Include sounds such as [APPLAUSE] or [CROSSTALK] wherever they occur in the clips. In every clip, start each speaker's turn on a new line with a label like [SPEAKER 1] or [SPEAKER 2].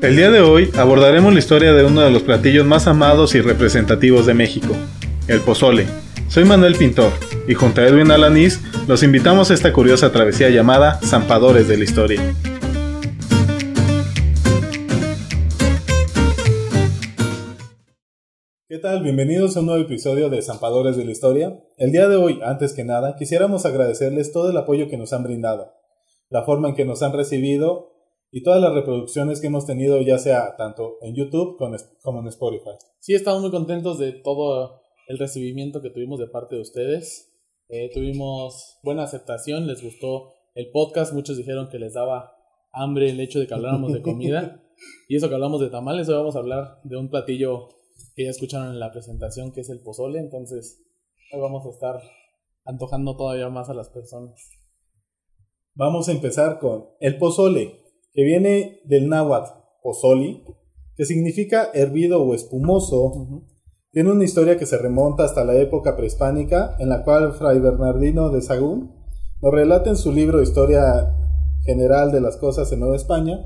[SPEAKER 1] El día de hoy abordaremos la historia de uno de los platillos más amados y representativos de México, el pozole. Soy Manuel Pintor y junto a Edwin Alanís los invitamos a esta curiosa travesía llamada Zampadores de la Historia. ¿Qué tal? Bienvenidos a un nuevo episodio de Zampadores de la Historia. El día de hoy, antes que nada, quisiéramos agradecerles todo el apoyo que nos han brindado, la forma en que nos han recibido y todas las reproducciones que hemos tenido, ya sea tanto en YouTube como en Spotify.
[SPEAKER 2] Sí, estamos muy contentos de todo el recibimiento que tuvimos de parte de ustedes. Eh, tuvimos buena aceptación, les gustó el podcast, muchos dijeron que les daba hambre el hecho de que habláramos
[SPEAKER 1] [LAUGHS]
[SPEAKER 2] de comida. y eso que hablamos de tamales, hoy vamos a hablar de un platillo que ya escucharon en la presentación, que es el pozole. Entonces, hoy vamos a estar antojando todavía más a las personas.
[SPEAKER 1] Vamos a empezar con el pozole, que viene del náhuatl pozoli, que significa hervido o espumoso.
[SPEAKER 2] Ujú.
[SPEAKER 1] Tiene una historia que se remonta hasta la época prehispánica, en la cual Fray Bernardino de Sagún nos relata en su libro Historia General de las Cosas en Nueva España,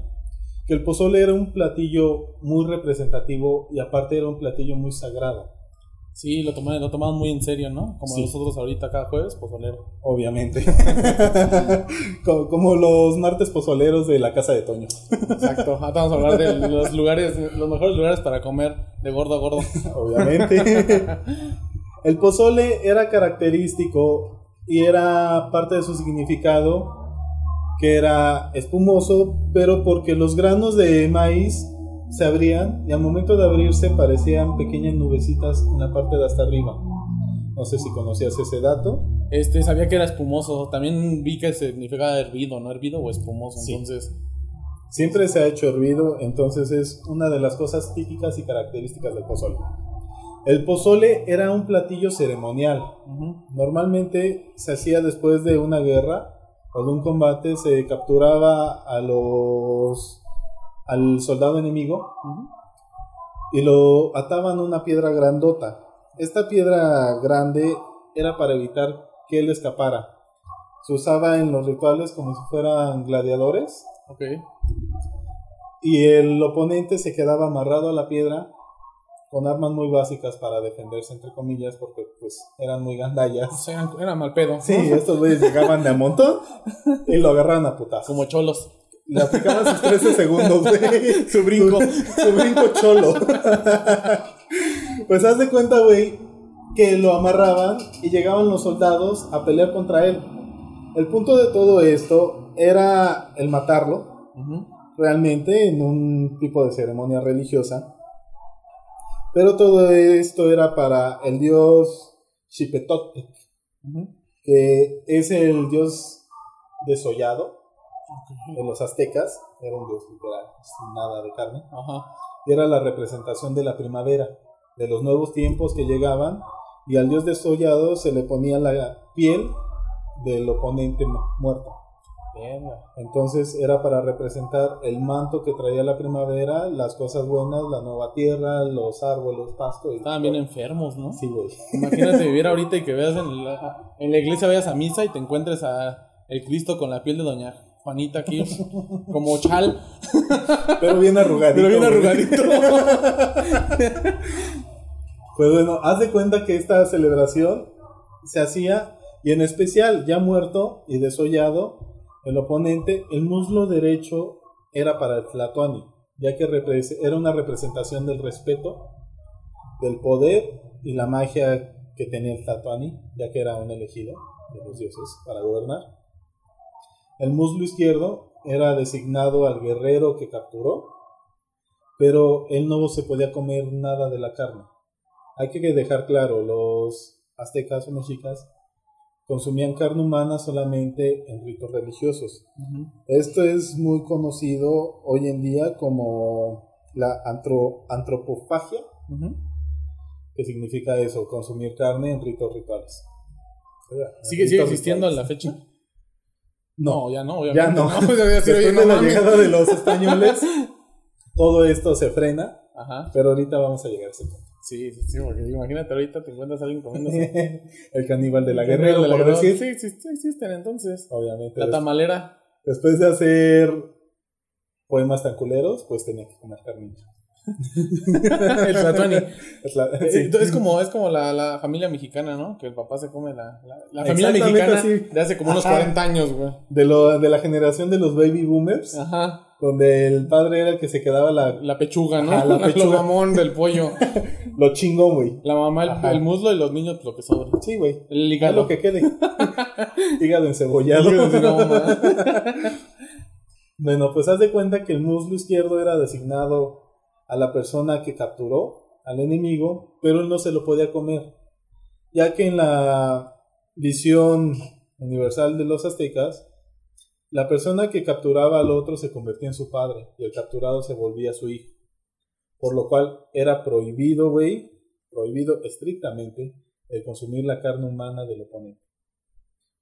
[SPEAKER 1] que el pozole era un platillo muy representativo y aparte era un platillo muy sagrado,
[SPEAKER 2] Sí, lo tomaban, lo tomaban muy en serio, ¿no? Como
[SPEAKER 1] Sí.
[SPEAKER 2] nosotros ahorita cada jueves, pozolero.
[SPEAKER 1] obviamente. [LAUGHS] como, como los martes pozoleros de la casa de Toño.
[SPEAKER 2] Exacto. Ahora vamos a hablar de los lugares, los mejores lugares para comer de gordo a gordo. [LAUGHS]
[SPEAKER 1] obviamente. El pozole era característico y era parte de su significado que era espumoso, pero porque los granos de maíz se abrían y al momento de abrirse parecían pequeñas nubecitas en la parte de hasta arriba. No sé si conocías ese dato.
[SPEAKER 2] Este, sabía que era espumoso. También vi que significaba hervido, ¿no? Hervido o espumoso.
[SPEAKER 1] Sí.
[SPEAKER 2] Entonces,
[SPEAKER 1] Siempre se ha hecho hervido, entonces es una de las cosas típicas y características del pozole. El pozole era un platillo ceremonial,
[SPEAKER 2] ujú.
[SPEAKER 1] Normalmente se hacía después de una guerra o de un combate, se capturaba a los al soldado enemigo
[SPEAKER 2] Ujú.
[SPEAKER 1] y lo ataban a una piedra grandota. Esta piedra grande era para evitar que él escapara. Se usaba en los rituales como si fueran gladiadores
[SPEAKER 2] ok.
[SPEAKER 1] y el oponente se quedaba amarrado a la piedra con armas muy básicas para defenderse entre comillas porque pues eran muy
[SPEAKER 2] O
[SPEAKER 1] gandallas.
[SPEAKER 2] sea, eran- era mal pedo.
[SPEAKER 1] Sí, estos güeyes llegaban de a montón y lo agarraban a putas.
[SPEAKER 2] Como cholos.
[SPEAKER 1] Le aplicaban sus 13 segundos, güey.
[SPEAKER 2] [LAUGHS] Su brinco.
[SPEAKER 1] Su, su brinco cholo. pues haz de cuenta, güey, que lo amarraban y llegaban los soldados a pelear contra él. El punto de todo esto era el matarlo,
[SPEAKER 2] Ujú.
[SPEAKER 1] realmente en un tipo de ceremonia religiosa. Pero todo esto era para el dios Xipetotec,
[SPEAKER 2] Ujú.
[SPEAKER 1] que es el dios desollado de los aztecas. Era un dios literal, sin nada de carne.
[SPEAKER 2] Ajá.
[SPEAKER 1] Y era la representación de la primavera, de los nuevos tiempos que llegaban. Y al dios desollado se le ponía la piel del oponente mu- muerto. Entonces era para representar el manto que traía la primavera, las cosas buenas, la nueva tierra, los árboles, pasto y
[SPEAKER 2] Estaban bien enfermos, ¿no?
[SPEAKER 1] Sí, güey.
[SPEAKER 2] Imagínate vivir ahorita y que veas en la, en la iglesia, vayas a misa y te encuentres a el Cristo con la piel de doña Juanita aquí, como chal,
[SPEAKER 1] Pero
[SPEAKER 2] [LAUGHS]
[SPEAKER 1] bien arrugadito.
[SPEAKER 2] pero bien
[SPEAKER 1] güey.
[SPEAKER 2] arrugadito.
[SPEAKER 1] [LAUGHS] Pues bueno, haz de cuenta que esta celebración se hacía, y en especial, ya muerto y desollado, el oponente, el muslo derecho era para el Tlatoani, ya que repres- era una representación del respeto, del poder y la magia que tenía el Tlatoani, ya que era un elegido de los dioses para gobernar. El muslo izquierdo era designado al guerrero que capturó, pero él no se podía comer nada de la carne. Hay que dejar claro, los aztecas o mexicas consumían carne humana solamente en ritos religiosos.
[SPEAKER 2] Ujú.
[SPEAKER 1] Esto es muy conocido hoy en día como la antro- antropofagia,
[SPEAKER 2] Ujú.
[SPEAKER 1] que significa eso, consumir carne en ritos rituales.
[SPEAKER 2] ¿Sigue,
[SPEAKER 1] En
[SPEAKER 2] ¿Sigue
[SPEAKER 1] ritos
[SPEAKER 2] existiendo en
[SPEAKER 1] rituales.
[SPEAKER 2] la fecha?
[SPEAKER 1] No,
[SPEAKER 2] ya no,
[SPEAKER 1] pues,
[SPEAKER 2] [LAUGHS]
[SPEAKER 1] ya
[SPEAKER 2] obviamente.
[SPEAKER 1] no.
[SPEAKER 2] pues, ya decir, oye,
[SPEAKER 1] Después
[SPEAKER 2] no
[SPEAKER 1] de la
[SPEAKER 2] mames.
[SPEAKER 1] llegada de los españoles, todo esto se frena,
[SPEAKER 2] Ajá,
[SPEAKER 1] pero ahorita vamos a llegar a ese punto.
[SPEAKER 2] sí, sí, sí, porque imagínate ahorita te encuentras a
[SPEAKER 1] [LAUGHS]
[SPEAKER 2] alguien comiéndose.
[SPEAKER 1] El caníbal de la
[SPEAKER 2] guerra
[SPEAKER 1] guerrera,
[SPEAKER 2] de la
[SPEAKER 1] por
[SPEAKER 2] guerra. Sí,
[SPEAKER 1] decir.
[SPEAKER 2] sí, sí, existen entonces.
[SPEAKER 1] Obviamente.
[SPEAKER 2] La
[SPEAKER 1] después-
[SPEAKER 2] tamalera.
[SPEAKER 1] Después de hacer poemas tan culeros, pues tenía que comer carnita.
[SPEAKER 2] El Tlatuani.
[SPEAKER 1] Es la- sí.
[SPEAKER 2] Eh, Es como, es como la, la familia mexicana, ¿no? Que el papá se come la. La, la familia
[SPEAKER 1] Exactamente
[SPEAKER 2] mexicana
[SPEAKER 1] así.
[SPEAKER 2] de hace como unos
[SPEAKER 1] Ajá.
[SPEAKER 2] 40 años, güey.
[SPEAKER 1] De, lo, de la generación de los baby boomers,
[SPEAKER 2] Ah. Ajá.
[SPEAKER 1] donde el padre era el que se quedaba la,
[SPEAKER 2] La pechuga, ¿no?
[SPEAKER 1] Ajá,
[SPEAKER 2] [LAUGHS]
[SPEAKER 1] la pechuga.
[SPEAKER 2] Lo mamón del pollo.
[SPEAKER 1] lo chingón, güey.
[SPEAKER 2] La mamá, el,
[SPEAKER 1] Ajá.
[SPEAKER 2] el muslo y los niños, pues, lo que sobra.
[SPEAKER 1] Sí, güey.
[SPEAKER 2] El
[SPEAKER 1] Es
[SPEAKER 2] hígado.
[SPEAKER 1] lo que quede. Hígado encebollado. [LAUGHS]
[SPEAKER 2] No, ma.
[SPEAKER 1] Bueno, pues haz de cuenta que el muslo izquierdo era designado a la persona que capturó al enemigo, pero él no se lo podía comer, ya que en la visión universal de los aztecas, la persona que capturaba al otro se convertía en su padre y el capturado se volvía su hijo, por lo cual era prohibido, güey, prohibido estrictamente el consumir la carne humana del oponente.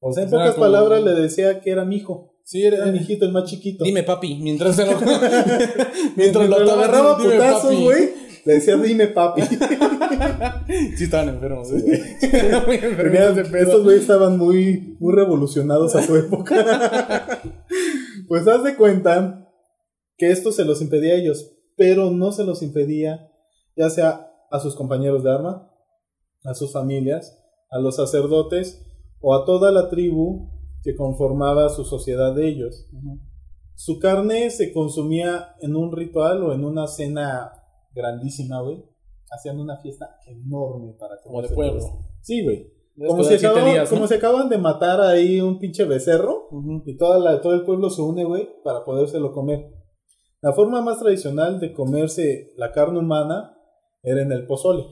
[SPEAKER 1] O sea, en
[SPEAKER 2] O sea,
[SPEAKER 1] pocas
[SPEAKER 2] como-
[SPEAKER 1] palabras le decía que era mi hijo.
[SPEAKER 2] Sí, era-
[SPEAKER 1] Era mi hijito, el más chiquito.
[SPEAKER 2] Eh, Dime, papi, mientras
[SPEAKER 1] [LAUGHS]
[SPEAKER 2] se lo.
[SPEAKER 1] Mientras lo
[SPEAKER 2] agarraba
[SPEAKER 1] agarraba a
[SPEAKER 2] dime,
[SPEAKER 1] putazos,
[SPEAKER 2] papi.
[SPEAKER 1] güey, le decía, dime papi.
[SPEAKER 2] Sí, estaban enfermos, güey.
[SPEAKER 1] [LAUGHS]
[SPEAKER 2] Muy
[SPEAKER 1] Tenían-
[SPEAKER 2] enfermos de pedo.
[SPEAKER 1] estos güeyes estaban muy, muy revolucionados a su época. [LAUGHS] pues haz de cuenta que esto se los impedía a ellos, pero no se los impedía ya sea a sus compañeros de arma, a sus familias, a los sacerdotes o a toda la tribu que conformaba su sociedad de ellos. Su carne se consumía en un ritual o en una cena grandísima, güey. Hacían una fiesta enorme para
[SPEAKER 2] Como de
[SPEAKER 1] comerse
[SPEAKER 2] pueblo.
[SPEAKER 1] todo eso. Sí, güey.
[SPEAKER 2] Después
[SPEAKER 1] Como,
[SPEAKER 2] de
[SPEAKER 1] si,
[SPEAKER 2] siete
[SPEAKER 1] acaban,
[SPEAKER 2] días, ¿no?
[SPEAKER 1] como si acaban de matar ahí un pinche becerro
[SPEAKER 2] Ujú.
[SPEAKER 1] y toda la, todo el pueblo se une, güey, para podérselo comer. La forma más tradicional de comerse la carne humana era en el pozole.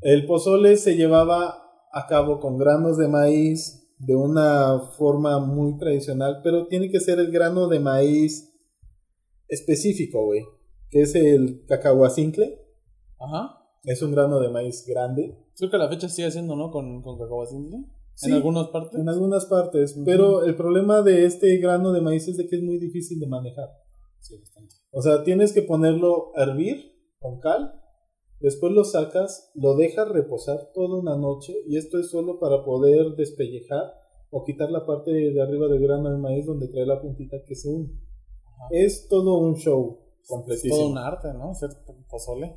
[SPEAKER 1] El pozole se llevaba a cabo con granos de maíz de una forma muy tradicional, pero tiene que ser el grano de maíz específico, güey, que es el cacahuacincle.
[SPEAKER 2] Ajá.
[SPEAKER 1] Es un grano de maíz grande.
[SPEAKER 2] Creo que la fecha sigue haciendo, ¿no? Con, con cacahuacintle.
[SPEAKER 1] Sí.
[SPEAKER 2] En algunas partes.
[SPEAKER 1] En algunas partes, pero el problema de este grano de maíz es de que es muy difícil de manejar.
[SPEAKER 2] Sí, bastante.
[SPEAKER 1] O sea, tienes que ponerlo a hervir con cal, después lo sacas, lo dejas reposar toda una noche y esto es solo para poder despellejar o quitar la parte de arriba del grano de maíz donde trae la puntita que se une.
[SPEAKER 2] Ajá.
[SPEAKER 1] Es todo un show
[SPEAKER 2] Es todo
[SPEAKER 1] completísimo.
[SPEAKER 2] un arte, ¿no? Hacer pozole.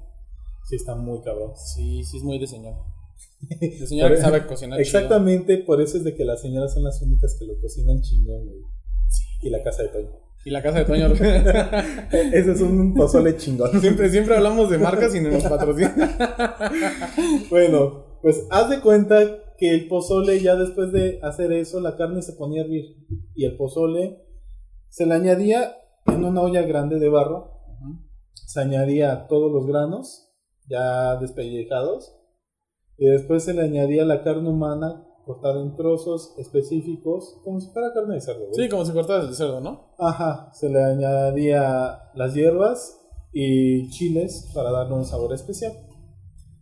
[SPEAKER 1] Sí, está muy cabrón.
[SPEAKER 2] Sí, sí, es muy de señora. De señora que
[SPEAKER 1] Pero-
[SPEAKER 2] sabe cocinar. chido.
[SPEAKER 1] Exactamente, por eso es de que las señoras son las únicas que lo cocinan chingón, güey. Y la casa de Toño.
[SPEAKER 2] Y la casa de Toño.
[SPEAKER 1] [LAUGHS] Ese es un pozole chingón.
[SPEAKER 2] siempre, siempre hablamos de marcas y no nos patrocinan.
[SPEAKER 1] [LAUGHS] Bueno, pues haz de cuenta que el pozole, ya después de hacer eso, la carne se ponía a hervir. Y el pozole se le añadía en una olla grande de barro. Se añadía todos los granos, ya despellejados. Y después se le añadía la carne humana cortada en trozos específicos, como si fuera carne de cerdo. güey.
[SPEAKER 2] Sí, como si cortaras el cerdo, ¿no?
[SPEAKER 1] Ajá, se le añadía las hierbas y chiles para darle un sabor especial.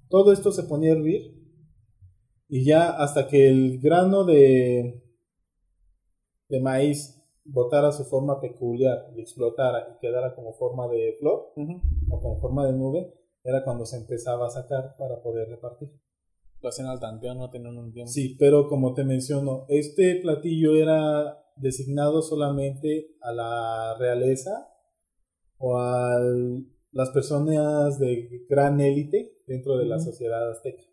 [SPEAKER 1] Todo esto se ponía a hervir y ya hasta que el grano de, de maíz botara su forma peculiar y explotara y quedara como forma de flor
[SPEAKER 2] Ujú.
[SPEAKER 1] o como forma de nube, era cuando se empezaba a sacar para poder repartir.
[SPEAKER 2] Lo hacían al tanteo, no tenían un tiempo.
[SPEAKER 1] Sí, pero como te menciono, este platillo era designado solamente a la realeza o a las personas de gran élite dentro de la
[SPEAKER 2] Ujú.
[SPEAKER 1] sociedad azteca.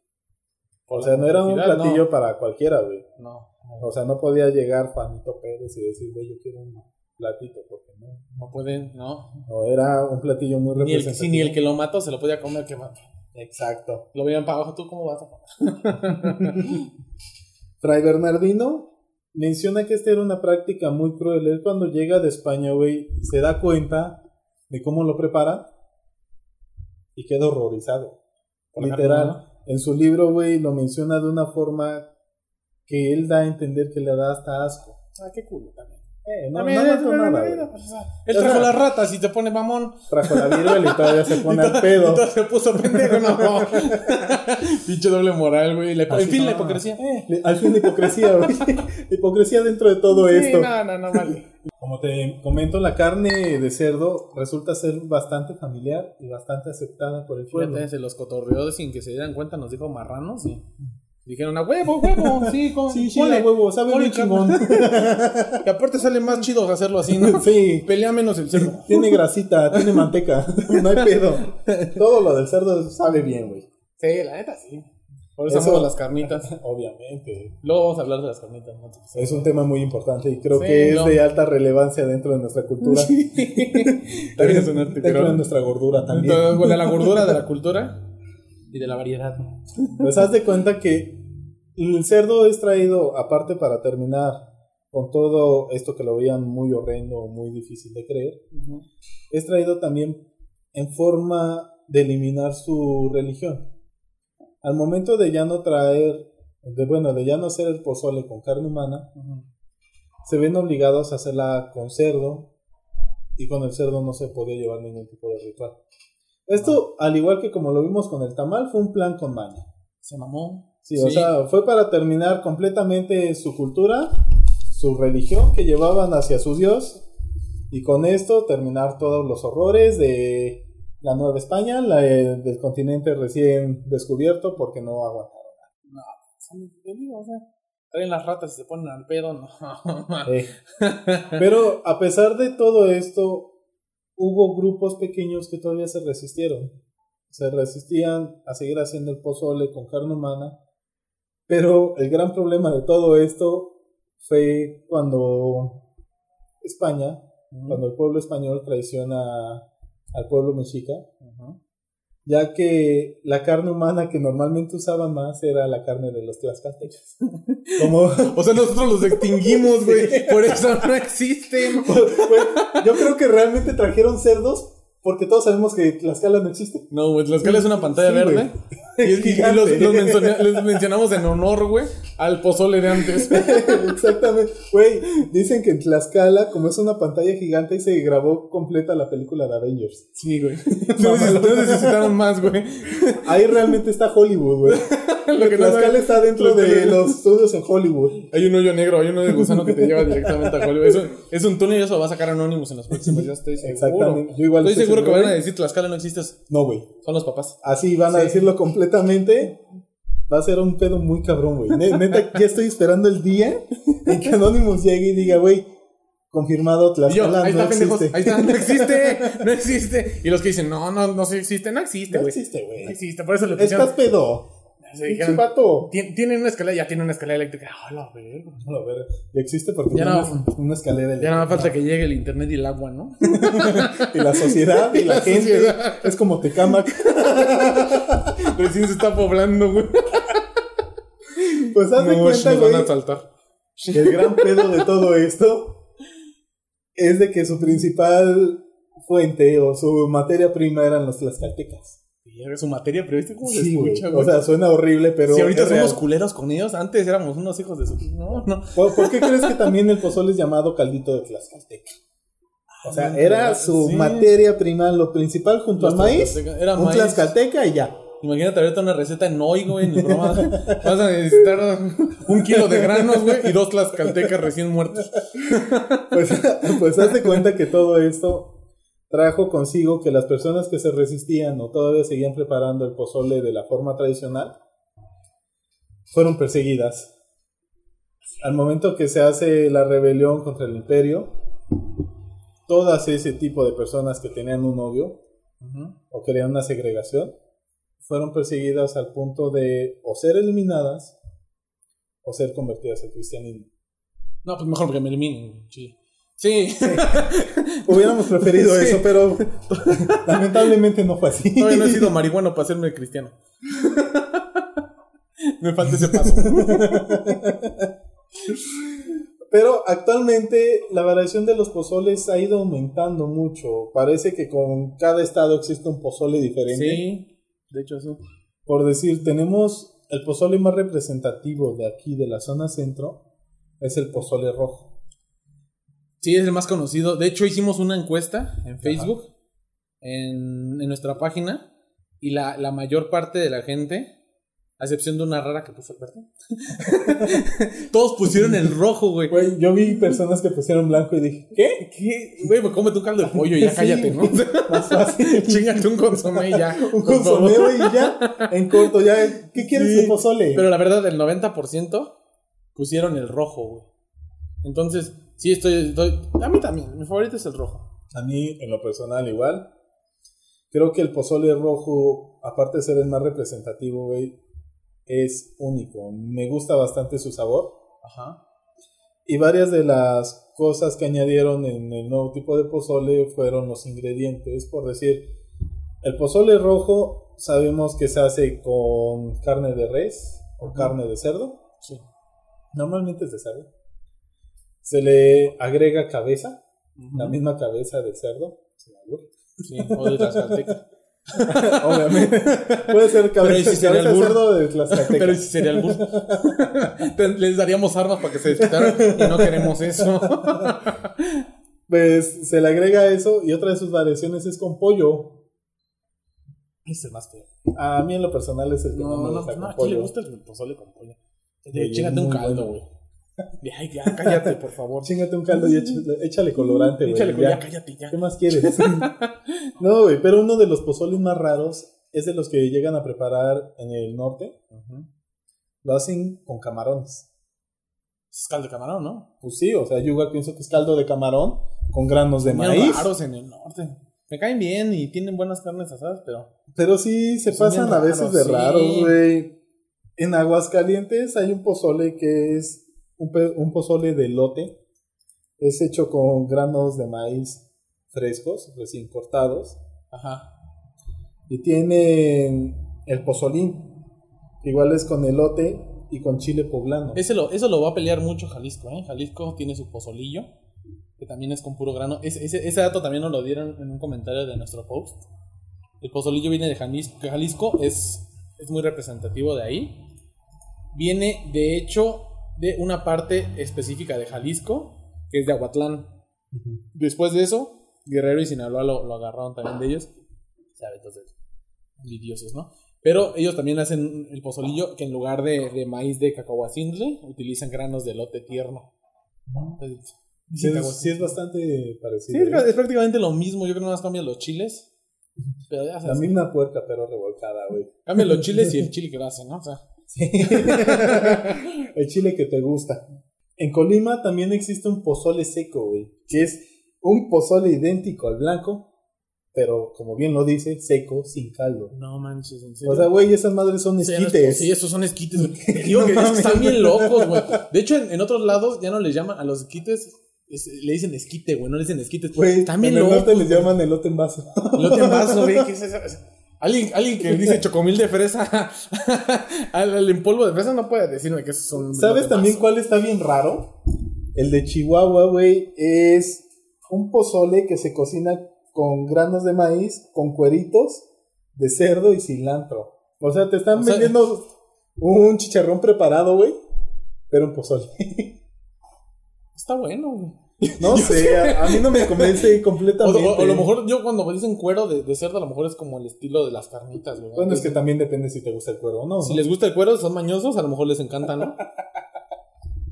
[SPEAKER 2] Por
[SPEAKER 1] O
[SPEAKER 2] la
[SPEAKER 1] sea, no era un
[SPEAKER 2] necesidad,
[SPEAKER 1] platillo para cualquiera, güey.
[SPEAKER 2] No, no,
[SPEAKER 1] O sea, no podía llegar Juanito Pérez y decir, güey, yo quiero un platito, porque no.
[SPEAKER 2] no pueden, no.
[SPEAKER 1] No, era un platillo muy
[SPEAKER 2] Ni el,
[SPEAKER 1] representativo.
[SPEAKER 2] sí, ni el que lo mató se lo podía comer, que va-
[SPEAKER 1] Exacto.
[SPEAKER 2] Lo veían para abajo, ¿tú cómo vas a comer?
[SPEAKER 1] Fray Bernardino menciona que esta era una práctica muy cruel. Él cuando llega de España, güey, se da cuenta de cómo lo prepara y queda horrorizado.
[SPEAKER 2] Por la
[SPEAKER 1] Literal.
[SPEAKER 2] carne,
[SPEAKER 1] En su libro, güey, lo menciona de una forma que él da a entender que le da hasta asco.
[SPEAKER 2] Ah, qué culo también.
[SPEAKER 1] Eh, no,
[SPEAKER 2] También
[SPEAKER 1] no
[SPEAKER 2] es
[SPEAKER 1] mató
[SPEAKER 2] una
[SPEAKER 1] nada,
[SPEAKER 2] vida,
[SPEAKER 1] güey.
[SPEAKER 2] pues, o sea, Él
[SPEAKER 1] O
[SPEAKER 2] trajo
[SPEAKER 1] sea-
[SPEAKER 2] las ratas y te
[SPEAKER 1] [LAUGHS]
[SPEAKER 2] pone mamón.
[SPEAKER 1] Trajo la viruela y todavía se
[SPEAKER 2] [LAUGHS]
[SPEAKER 1] pone al pedo.
[SPEAKER 2] Entonces se puso
[SPEAKER 1] [LAUGHS]
[SPEAKER 2] pendejo, no. [LAUGHS] Pinche doble moral, güey. La hipo-
[SPEAKER 1] Así
[SPEAKER 2] En fin, la
[SPEAKER 1] no.
[SPEAKER 2] hipocresía. Eh,
[SPEAKER 1] Al fin, hipocresía, güey. [LAUGHS] hipocresía dentro de todo
[SPEAKER 2] sí,
[SPEAKER 1] esto.
[SPEAKER 2] No, no, no, vale.
[SPEAKER 1] Como te comento, la carne de cerdo resulta ser bastante familiar y bastante aceptada por el pueblo.
[SPEAKER 2] Fíjate, se los cotorreó sin que se dieran cuenta, nos dijo marranos y, Dijeron, a huevo, huevo, [LAUGHS] sí, con,
[SPEAKER 1] Sí, sí,
[SPEAKER 2] ponle".
[SPEAKER 1] a huevo, sabe
[SPEAKER 2] ponle
[SPEAKER 1] muy chingón. [LAUGHS]
[SPEAKER 2] Que aparte sale más chido hacerlo así, ¿no?
[SPEAKER 1] sí,
[SPEAKER 2] Pelea menos el cerdo.
[SPEAKER 1] tiene grasita, tiene manteca, [LAUGHS] no hay pedo. Todo lo del cerdo sabe bien, güey.
[SPEAKER 2] Sí, la neta sí. Por eso,
[SPEAKER 1] Eso-
[SPEAKER 2] hacemos las carnitas.
[SPEAKER 1] Obviamente.
[SPEAKER 2] Luego vamos a hablar de las carnitas. ¿no?
[SPEAKER 1] Es un tema muy importante y creo
[SPEAKER 2] Sí,
[SPEAKER 1] que es
[SPEAKER 2] no.
[SPEAKER 1] de alta relevancia dentro de nuestra cultura.
[SPEAKER 2] [LAUGHS] También es un arte,
[SPEAKER 1] dentro de
[SPEAKER 2] pero-
[SPEAKER 1] nuestra gordura también.
[SPEAKER 2] Entonces, De la gordura, de la cultura y de la variedad. ¿no?
[SPEAKER 1] Pues haz de cuenta que el cerdo es traído, aparte para terminar con todo esto que lo veían muy horrendo, muy difícil de creer, es traído también en forma de eliminar su religión. Al momento de ya no traer, de, bueno, de ya no hacer el pozole con carne humana, se ven obligados a hacerla con cerdo y con el cerdo no se podía llevar ningún tipo de ritual. Esto, al igual que como lo vimos con el tamal, fue un plan con maña.
[SPEAKER 2] Se mamó.
[SPEAKER 1] Sí, o sea, fue para terminar completamente su cultura, su religión que llevaban hacia su Dios, y con esto terminar todos los horrores de la Nueva España, la, eh, del continente recién descubierto, porque no aguanta.
[SPEAKER 2] Te digo, o sea, traen las ratas y se ponen al pedo. No.
[SPEAKER 1] Eh, Pero a pesar de todo esto, hubo grupos pequeños que todavía se resistieron. Se resistían a seguir haciendo el pozole con carne humana. Pero el gran problema de todo esto fue cuando España, cuando el pueblo español traiciona al pueblo mexica,
[SPEAKER 2] Ujú.
[SPEAKER 1] ya que la carne humana que normalmente usaban más era la carne de los tlaxcaltecas. Como
[SPEAKER 2] O sea, nosotros los extinguimos, [LAUGHS] güey. Por eso no existen.
[SPEAKER 1] Güey, yo creo que realmente trajeron cerdos porque todos sabemos que Tlaxcala no existe. [LAUGHS]
[SPEAKER 2] No, güey, Tlaxcala es una pantalla
[SPEAKER 1] Sí, [LAUGHS]
[SPEAKER 2] verde. Y, y- y
[SPEAKER 1] Gigante.
[SPEAKER 2] los, los menciona- los mencionamos en honor, güey, al pozole
[SPEAKER 1] [LAUGHS]
[SPEAKER 2] de antes.
[SPEAKER 1] Exactamente. Güey, dicen que en Tlaxcala, como es una pantalla gigante, y se grabó completa la película de Avengers.
[SPEAKER 2] Sí, güey. [LAUGHS] No, neces- no necesitaron
[SPEAKER 1] [LAUGHS]
[SPEAKER 2] más, güey.
[SPEAKER 1] Ahí realmente está Hollywood, güey.
[SPEAKER 2] [LAUGHS] Lo que no
[SPEAKER 1] Tlaxcala
[SPEAKER 2] saben-
[SPEAKER 1] está dentro
[SPEAKER 2] lo que
[SPEAKER 1] de
[SPEAKER 2] no-
[SPEAKER 1] los estudios en Hollywood.
[SPEAKER 2] Hay un hoyo negro, hay un hoyo de gusano que te lleva directamente a Hollywood. Es un, es un túnel y eso lo va a sacar Anonymous en los próximos días, estoy seguro.
[SPEAKER 1] Exactamente. Yo igual
[SPEAKER 2] Estoy
[SPEAKER 1] estoy
[SPEAKER 2] seguro que
[SPEAKER 1] seguro.
[SPEAKER 2] van a decir Tlaxcala no existes.
[SPEAKER 1] No, güey.
[SPEAKER 2] Son los papás.
[SPEAKER 1] Así van a
[SPEAKER 2] Sí.
[SPEAKER 1] decirlo completamente. Va a ser un pedo muy cabrón, güey. Ne- Neta, ya estoy esperando el día en que Anonymous llegue y diga, güey, confirmado
[SPEAKER 2] Y yo,
[SPEAKER 1] Tlaxcala
[SPEAKER 2] ahí
[SPEAKER 1] no
[SPEAKER 2] está, pendejos.
[SPEAKER 1] existe.
[SPEAKER 2] Ahí está, no
[SPEAKER 1] [LAUGHS]
[SPEAKER 2] existe, no existe. Y los que dicen, no, no, no sí existe, no existe,
[SPEAKER 1] No
[SPEAKER 2] güey.
[SPEAKER 1] existe, güey.
[SPEAKER 2] No existe, por eso le
[SPEAKER 1] Estás
[SPEAKER 2] pusieron.
[SPEAKER 1] pedo.
[SPEAKER 2] se
[SPEAKER 1] Pinche
[SPEAKER 2] dijeron,
[SPEAKER 1] vato.
[SPEAKER 2] "Tien- tienen una escalera, ya tienen una escalera eléctrica. Ah, la verga.
[SPEAKER 1] No, a ver, ya existe porque
[SPEAKER 2] Ya
[SPEAKER 1] tiene
[SPEAKER 2] no-
[SPEAKER 1] una escalera
[SPEAKER 2] Ya nada más falta que llegue el internet y el agua, [LAUGHS] ¿no?
[SPEAKER 1] y la sociedad y la,
[SPEAKER 2] [LAUGHS] la
[SPEAKER 1] gente
[SPEAKER 2] sociedad.
[SPEAKER 1] es como Tecamac.
[SPEAKER 2] Recién se está poblando, güey.
[SPEAKER 1] Pues haz de
[SPEAKER 2] No,
[SPEAKER 1] cuenta,
[SPEAKER 2] nos van a
[SPEAKER 1] güey,
[SPEAKER 2] saltar.
[SPEAKER 1] que el gran pedo de todo esto es de que su principal fuente o su materia prima eran los tlaxcaltecas.
[SPEAKER 2] Su materia, pero ¿viste cómo se
[SPEAKER 1] Sí, güey.
[SPEAKER 2] escucha, güey?
[SPEAKER 1] O sea, suena horrible, pero
[SPEAKER 2] si ahorita
[SPEAKER 1] es
[SPEAKER 2] somos
[SPEAKER 1] real.
[SPEAKER 2] culeros con ellos, antes éramos unos hijos de su. No, no.
[SPEAKER 1] ¿Por, por qué crees que también el pozole es llamado caldito de tlaxcalteca? O sea, era su
[SPEAKER 2] Ah, Sí.
[SPEAKER 1] materia prima, lo principal junto al maíz,
[SPEAKER 2] Era
[SPEAKER 1] un
[SPEAKER 2] maíz.
[SPEAKER 1] tlaxcalteca y ya.
[SPEAKER 2] Imagínate ahorita una receta en hoy, güey, ni
[SPEAKER 1] [LAUGHS]
[SPEAKER 2] broma. Vas a necesitar un kilo de granos, güey, y dos tlaxcaltecas recién muertas.
[SPEAKER 1] Pues, [LAUGHS] pues hazte cuenta que todo esto trajo consigo que las personas que se resistían o todavía seguían preparando el pozole de la forma tradicional fueron perseguidas. Al momento que se hace la rebelión contra el imperio, todas ese tipo de personas que tenían un odio o querían una segregación fueron perseguidas al punto de o ser eliminadas o ser convertidas al cristianismo.
[SPEAKER 2] No, pues mejor que me eliminen, sí. Sí,
[SPEAKER 1] Hubiéramos preferido
[SPEAKER 2] [LAUGHS] Sí.
[SPEAKER 1] eso, pero [LAUGHS] lamentablemente no fue así.
[SPEAKER 2] todavía no he sido marihuano para hacerme cristiano. [LAUGHS] Me falta ese paso.
[SPEAKER 1] Pero actualmente la variación de los pozoles ha ido aumentando mucho. Parece que con cada estado existe un pozole diferente.
[SPEAKER 2] Sí, de hecho, sí.
[SPEAKER 1] Por decir, tenemos el pozole más representativo de aquí, de la zona centro, es el pozole rojo.
[SPEAKER 2] Sí, es el más conocido. De hecho, hicimos una encuesta en Facebook, en, en nuestra página, y la, la mayor parte de la gente A excepción de una rara que puso el verde. [LAUGHS] Todos pusieron el rojo, güey.
[SPEAKER 1] Güey, yo vi personas que pusieron blanco y dije, ¿qué?
[SPEAKER 2] ¿Qué? Güey, pues cómete un caldo de pollo y ya
[SPEAKER 1] Sí, [LAUGHS]
[SPEAKER 2] cállate, ¿no?
[SPEAKER 1] Más fácil.
[SPEAKER 2] Chingate un consomé y ya.
[SPEAKER 1] [LAUGHS] Un
[SPEAKER 2] por favor.
[SPEAKER 1] consomé, güey, y ya, en corto, ya, ¿qué quieres
[SPEAKER 2] Sí,
[SPEAKER 1] de pozole?
[SPEAKER 2] Pero la verdad, el 90% pusieron el rojo, güey. Entonces, sí, estoy, estoy- A mí también, mi favorito es el rojo.
[SPEAKER 1] A mí, en lo personal, igual. Creo que el pozole rojo, aparte de ser el más representativo, güey, es único. Me gusta bastante su sabor.
[SPEAKER 2] Ajá.
[SPEAKER 1] Y varias de las cosas que añadieron en el nuevo tipo de pozole fueron los ingredientes. Por decir, el pozole rojo sabemos que se hace con carne de res o carne de cerdo.
[SPEAKER 2] Sí.
[SPEAKER 1] Normalmente es de cerdo. Se le agrega cabeza, la
[SPEAKER 2] Ujú.
[SPEAKER 1] misma cabeza de cerdo. sin albur.
[SPEAKER 2] [LAUGHS] Sí, o de Tlaxcalteca.
[SPEAKER 1] Obviamente. Puede ser
[SPEAKER 2] Pero ahí
[SPEAKER 1] cabeza,
[SPEAKER 2] sí
[SPEAKER 1] cabeza
[SPEAKER 2] sería
[SPEAKER 1] de
[SPEAKER 2] albur.
[SPEAKER 1] cerdo de Tlaxcalteca.
[SPEAKER 2] Pero si sería el bus. [LAUGHS] Les daríamos armas para que se desquitaran y no queremos
[SPEAKER 1] [LAUGHS]
[SPEAKER 2] eso.
[SPEAKER 1] Pues se le agrega eso y otra de sus variaciones es con pollo.
[SPEAKER 2] Es el más feo.
[SPEAKER 1] A mí en lo personal es el que
[SPEAKER 2] No,
[SPEAKER 1] no, me
[SPEAKER 2] no, no,
[SPEAKER 1] gusta con
[SPEAKER 2] ¿a quién
[SPEAKER 1] pollo.
[SPEAKER 2] le gusta el pozole con pollo?
[SPEAKER 1] Güey,
[SPEAKER 2] De,
[SPEAKER 1] es
[SPEAKER 2] chingate un
[SPEAKER 1] muy
[SPEAKER 2] caldo, güey.
[SPEAKER 1] bueno.
[SPEAKER 2] Ay, ya, cállate, por favor.
[SPEAKER 1] Chíngate un caldo y échale, échale colorante, güey.
[SPEAKER 2] Mm. Échale,
[SPEAKER 1] ya.
[SPEAKER 2] ya, cállate, ya.
[SPEAKER 1] ¿Qué más quieres? [LAUGHS] no, güey, pero uno de los pozoles más raros es de los que llegan a preparar en el norte. Lo hacen con camarones.
[SPEAKER 2] Es caldo de camarón, ¿no?
[SPEAKER 1] Pues sí, o sea, yo igual pienso que es caldo de camarón con granos de
[SPEAKER 2] Comían
[SPEAKER 1] maíz.
[SPEAKER 2] raros en el norte. Me caen bien y tienen buenas carnes asadas, pero.
[SPEAKER 1] Pero sí, se
[SPEAKER 2] Son bien
[SPEAKER 1] pasan a veces
[SPEAKER 2] raros,
[SPEAKER 1] de
[SPEAKER 2] sí.
[SPEAKER 1] raros, güey. En Aguascalientes hay un pozole que es un, pe- un pozole de lote. Es hecho con granos de maíz frescos, recién cortados.
[SPEAKER 2] Ajá.
[SPEAKER 1] Y tienen el pozolín. Igual es con elote y con chile poblano.
[SPEAKER 2] Ese lo, eso lo va a pelear mucho Jalisco, ¿eh? Jalisco tiene su pozolillo, que también es con puro grano. Ese, ese, ese dato también nos lo dieron en un comentario de nuestro post. El pozolillo viene de Janis- Jalisco, es, es muy representativo de ahí. Viene, de hecho, de una parte específica de Jalisco, que es de Aguatlán.
[SPEAKER 1] Ujú.
[SPEAKER 2] Después de eso, Guerrero y Sinaloa lo, lo agarraron también de ellos. ¿Sabe? Entonces, lidiosos, ¿no? Pero ellos también hacen el pozolillo que en lugar de, de maíz de cacahuacintle utilizan granos de lote tierno. Entonces,
[SPEAKER 1] Sí,
[SPEAKER 2] dicen
[SPEAKER 1] es, sí
[SPEAKER 2] cacahuacintle.
[SPEAKER 1] es bastante
[SPEAKER 2] Sí,
[SPEAKER 1] parecido.
[SPEAKER 2] es,
[SPEAKER 1] ¿eh?
[SPEAKER 2] es prácticamente lo mismo. Yo creo que nada más cambian los chiles. Pero ya
[SPEAKER 1] La
[SPEAKER 2] sabes,
[SPEAKER 1] misma puerca, pero revolcada, güey. [LAUGHS]
[SPEAKER 2] cambian los chiles y el chile que lo hacen, ¿no? O sea,
[SPEAKER 1] Sí. el chile que te gusta. En Colima también existe un pozole seco, güey. Que es un pozole idéntico al blanco, pero como bien lo dice, seco, sin caldo.
[SPEAKER 2] [LAUGHS] no manches, en serio.
[SPEAKER 1] O sea, güey, esas madres son
[SPEAKER 2] Sí, ya no es-
[SPEAKER 1] esquites.
[SPEAKER 2] Sí, esos son
[SPEAKER 1] [LAUGHS]
[SPEAKER 2] esquites. güey. Te digo que es que están bien locos, güey. De hecho, en, en otros lados ya no les llaman a los esquites. es- le dicen esquite, güey, no le dicen esquites.
[SPEAKER 1] Güey,
[SPEAKER 2] Están bien
[SPEAKER 1] en el norte
[SPEAKER 2] locos.
[SPEAKER 1] les llaman elote en vaso.
[SPEAKER 2] Elote en vaso, güey, ¿qué es eso? Alguien, alguien que
[SPEAKER 1] [LAUGHS]
[SPEAKER 2] dice chocomil de fresa [LAUGHS] al, al en polvo de fresa no puede decirme que esos son.
[SPEAKER 1] ¿Sabes también cuál está bien raro? El de Chihuahua, güey, es un pozole que se cocina con granos de maíz, con cueritos de cerdo y cilantro. O sea, te están
[SPEAKER 2] O sea-
[SPEAKER 1] vendiendo un chicharrón preparado, güey, pero un
[SPEAKER 2] [LAUGHS]
[SPEAKER 1] pozole.
[SPEAKER 2] Está bueno, güey.
[SPEAKER 1] No sé, a, a mí no me convence
[SPEAKER 2] O,
[SPEAKER 1] completamente.
[SPEAKER 2] o- o a lo mejor yo cuando me dicen cuero de, de cerdo, a lo mejor es como el estilo de las carnitas, güey.
[SPEAKER 1] Bueno, es que también depende si te gusta el cuero o no.
[SPEAKER 2] Si
[SPEAKER 1] ¿no?
[SPEAKER 2] les gusta el cuero, son mañosos, a lo mejor les encanta,
[SPEAKER 1] [LAUGHS]
[SPEAKER 2] ¿no?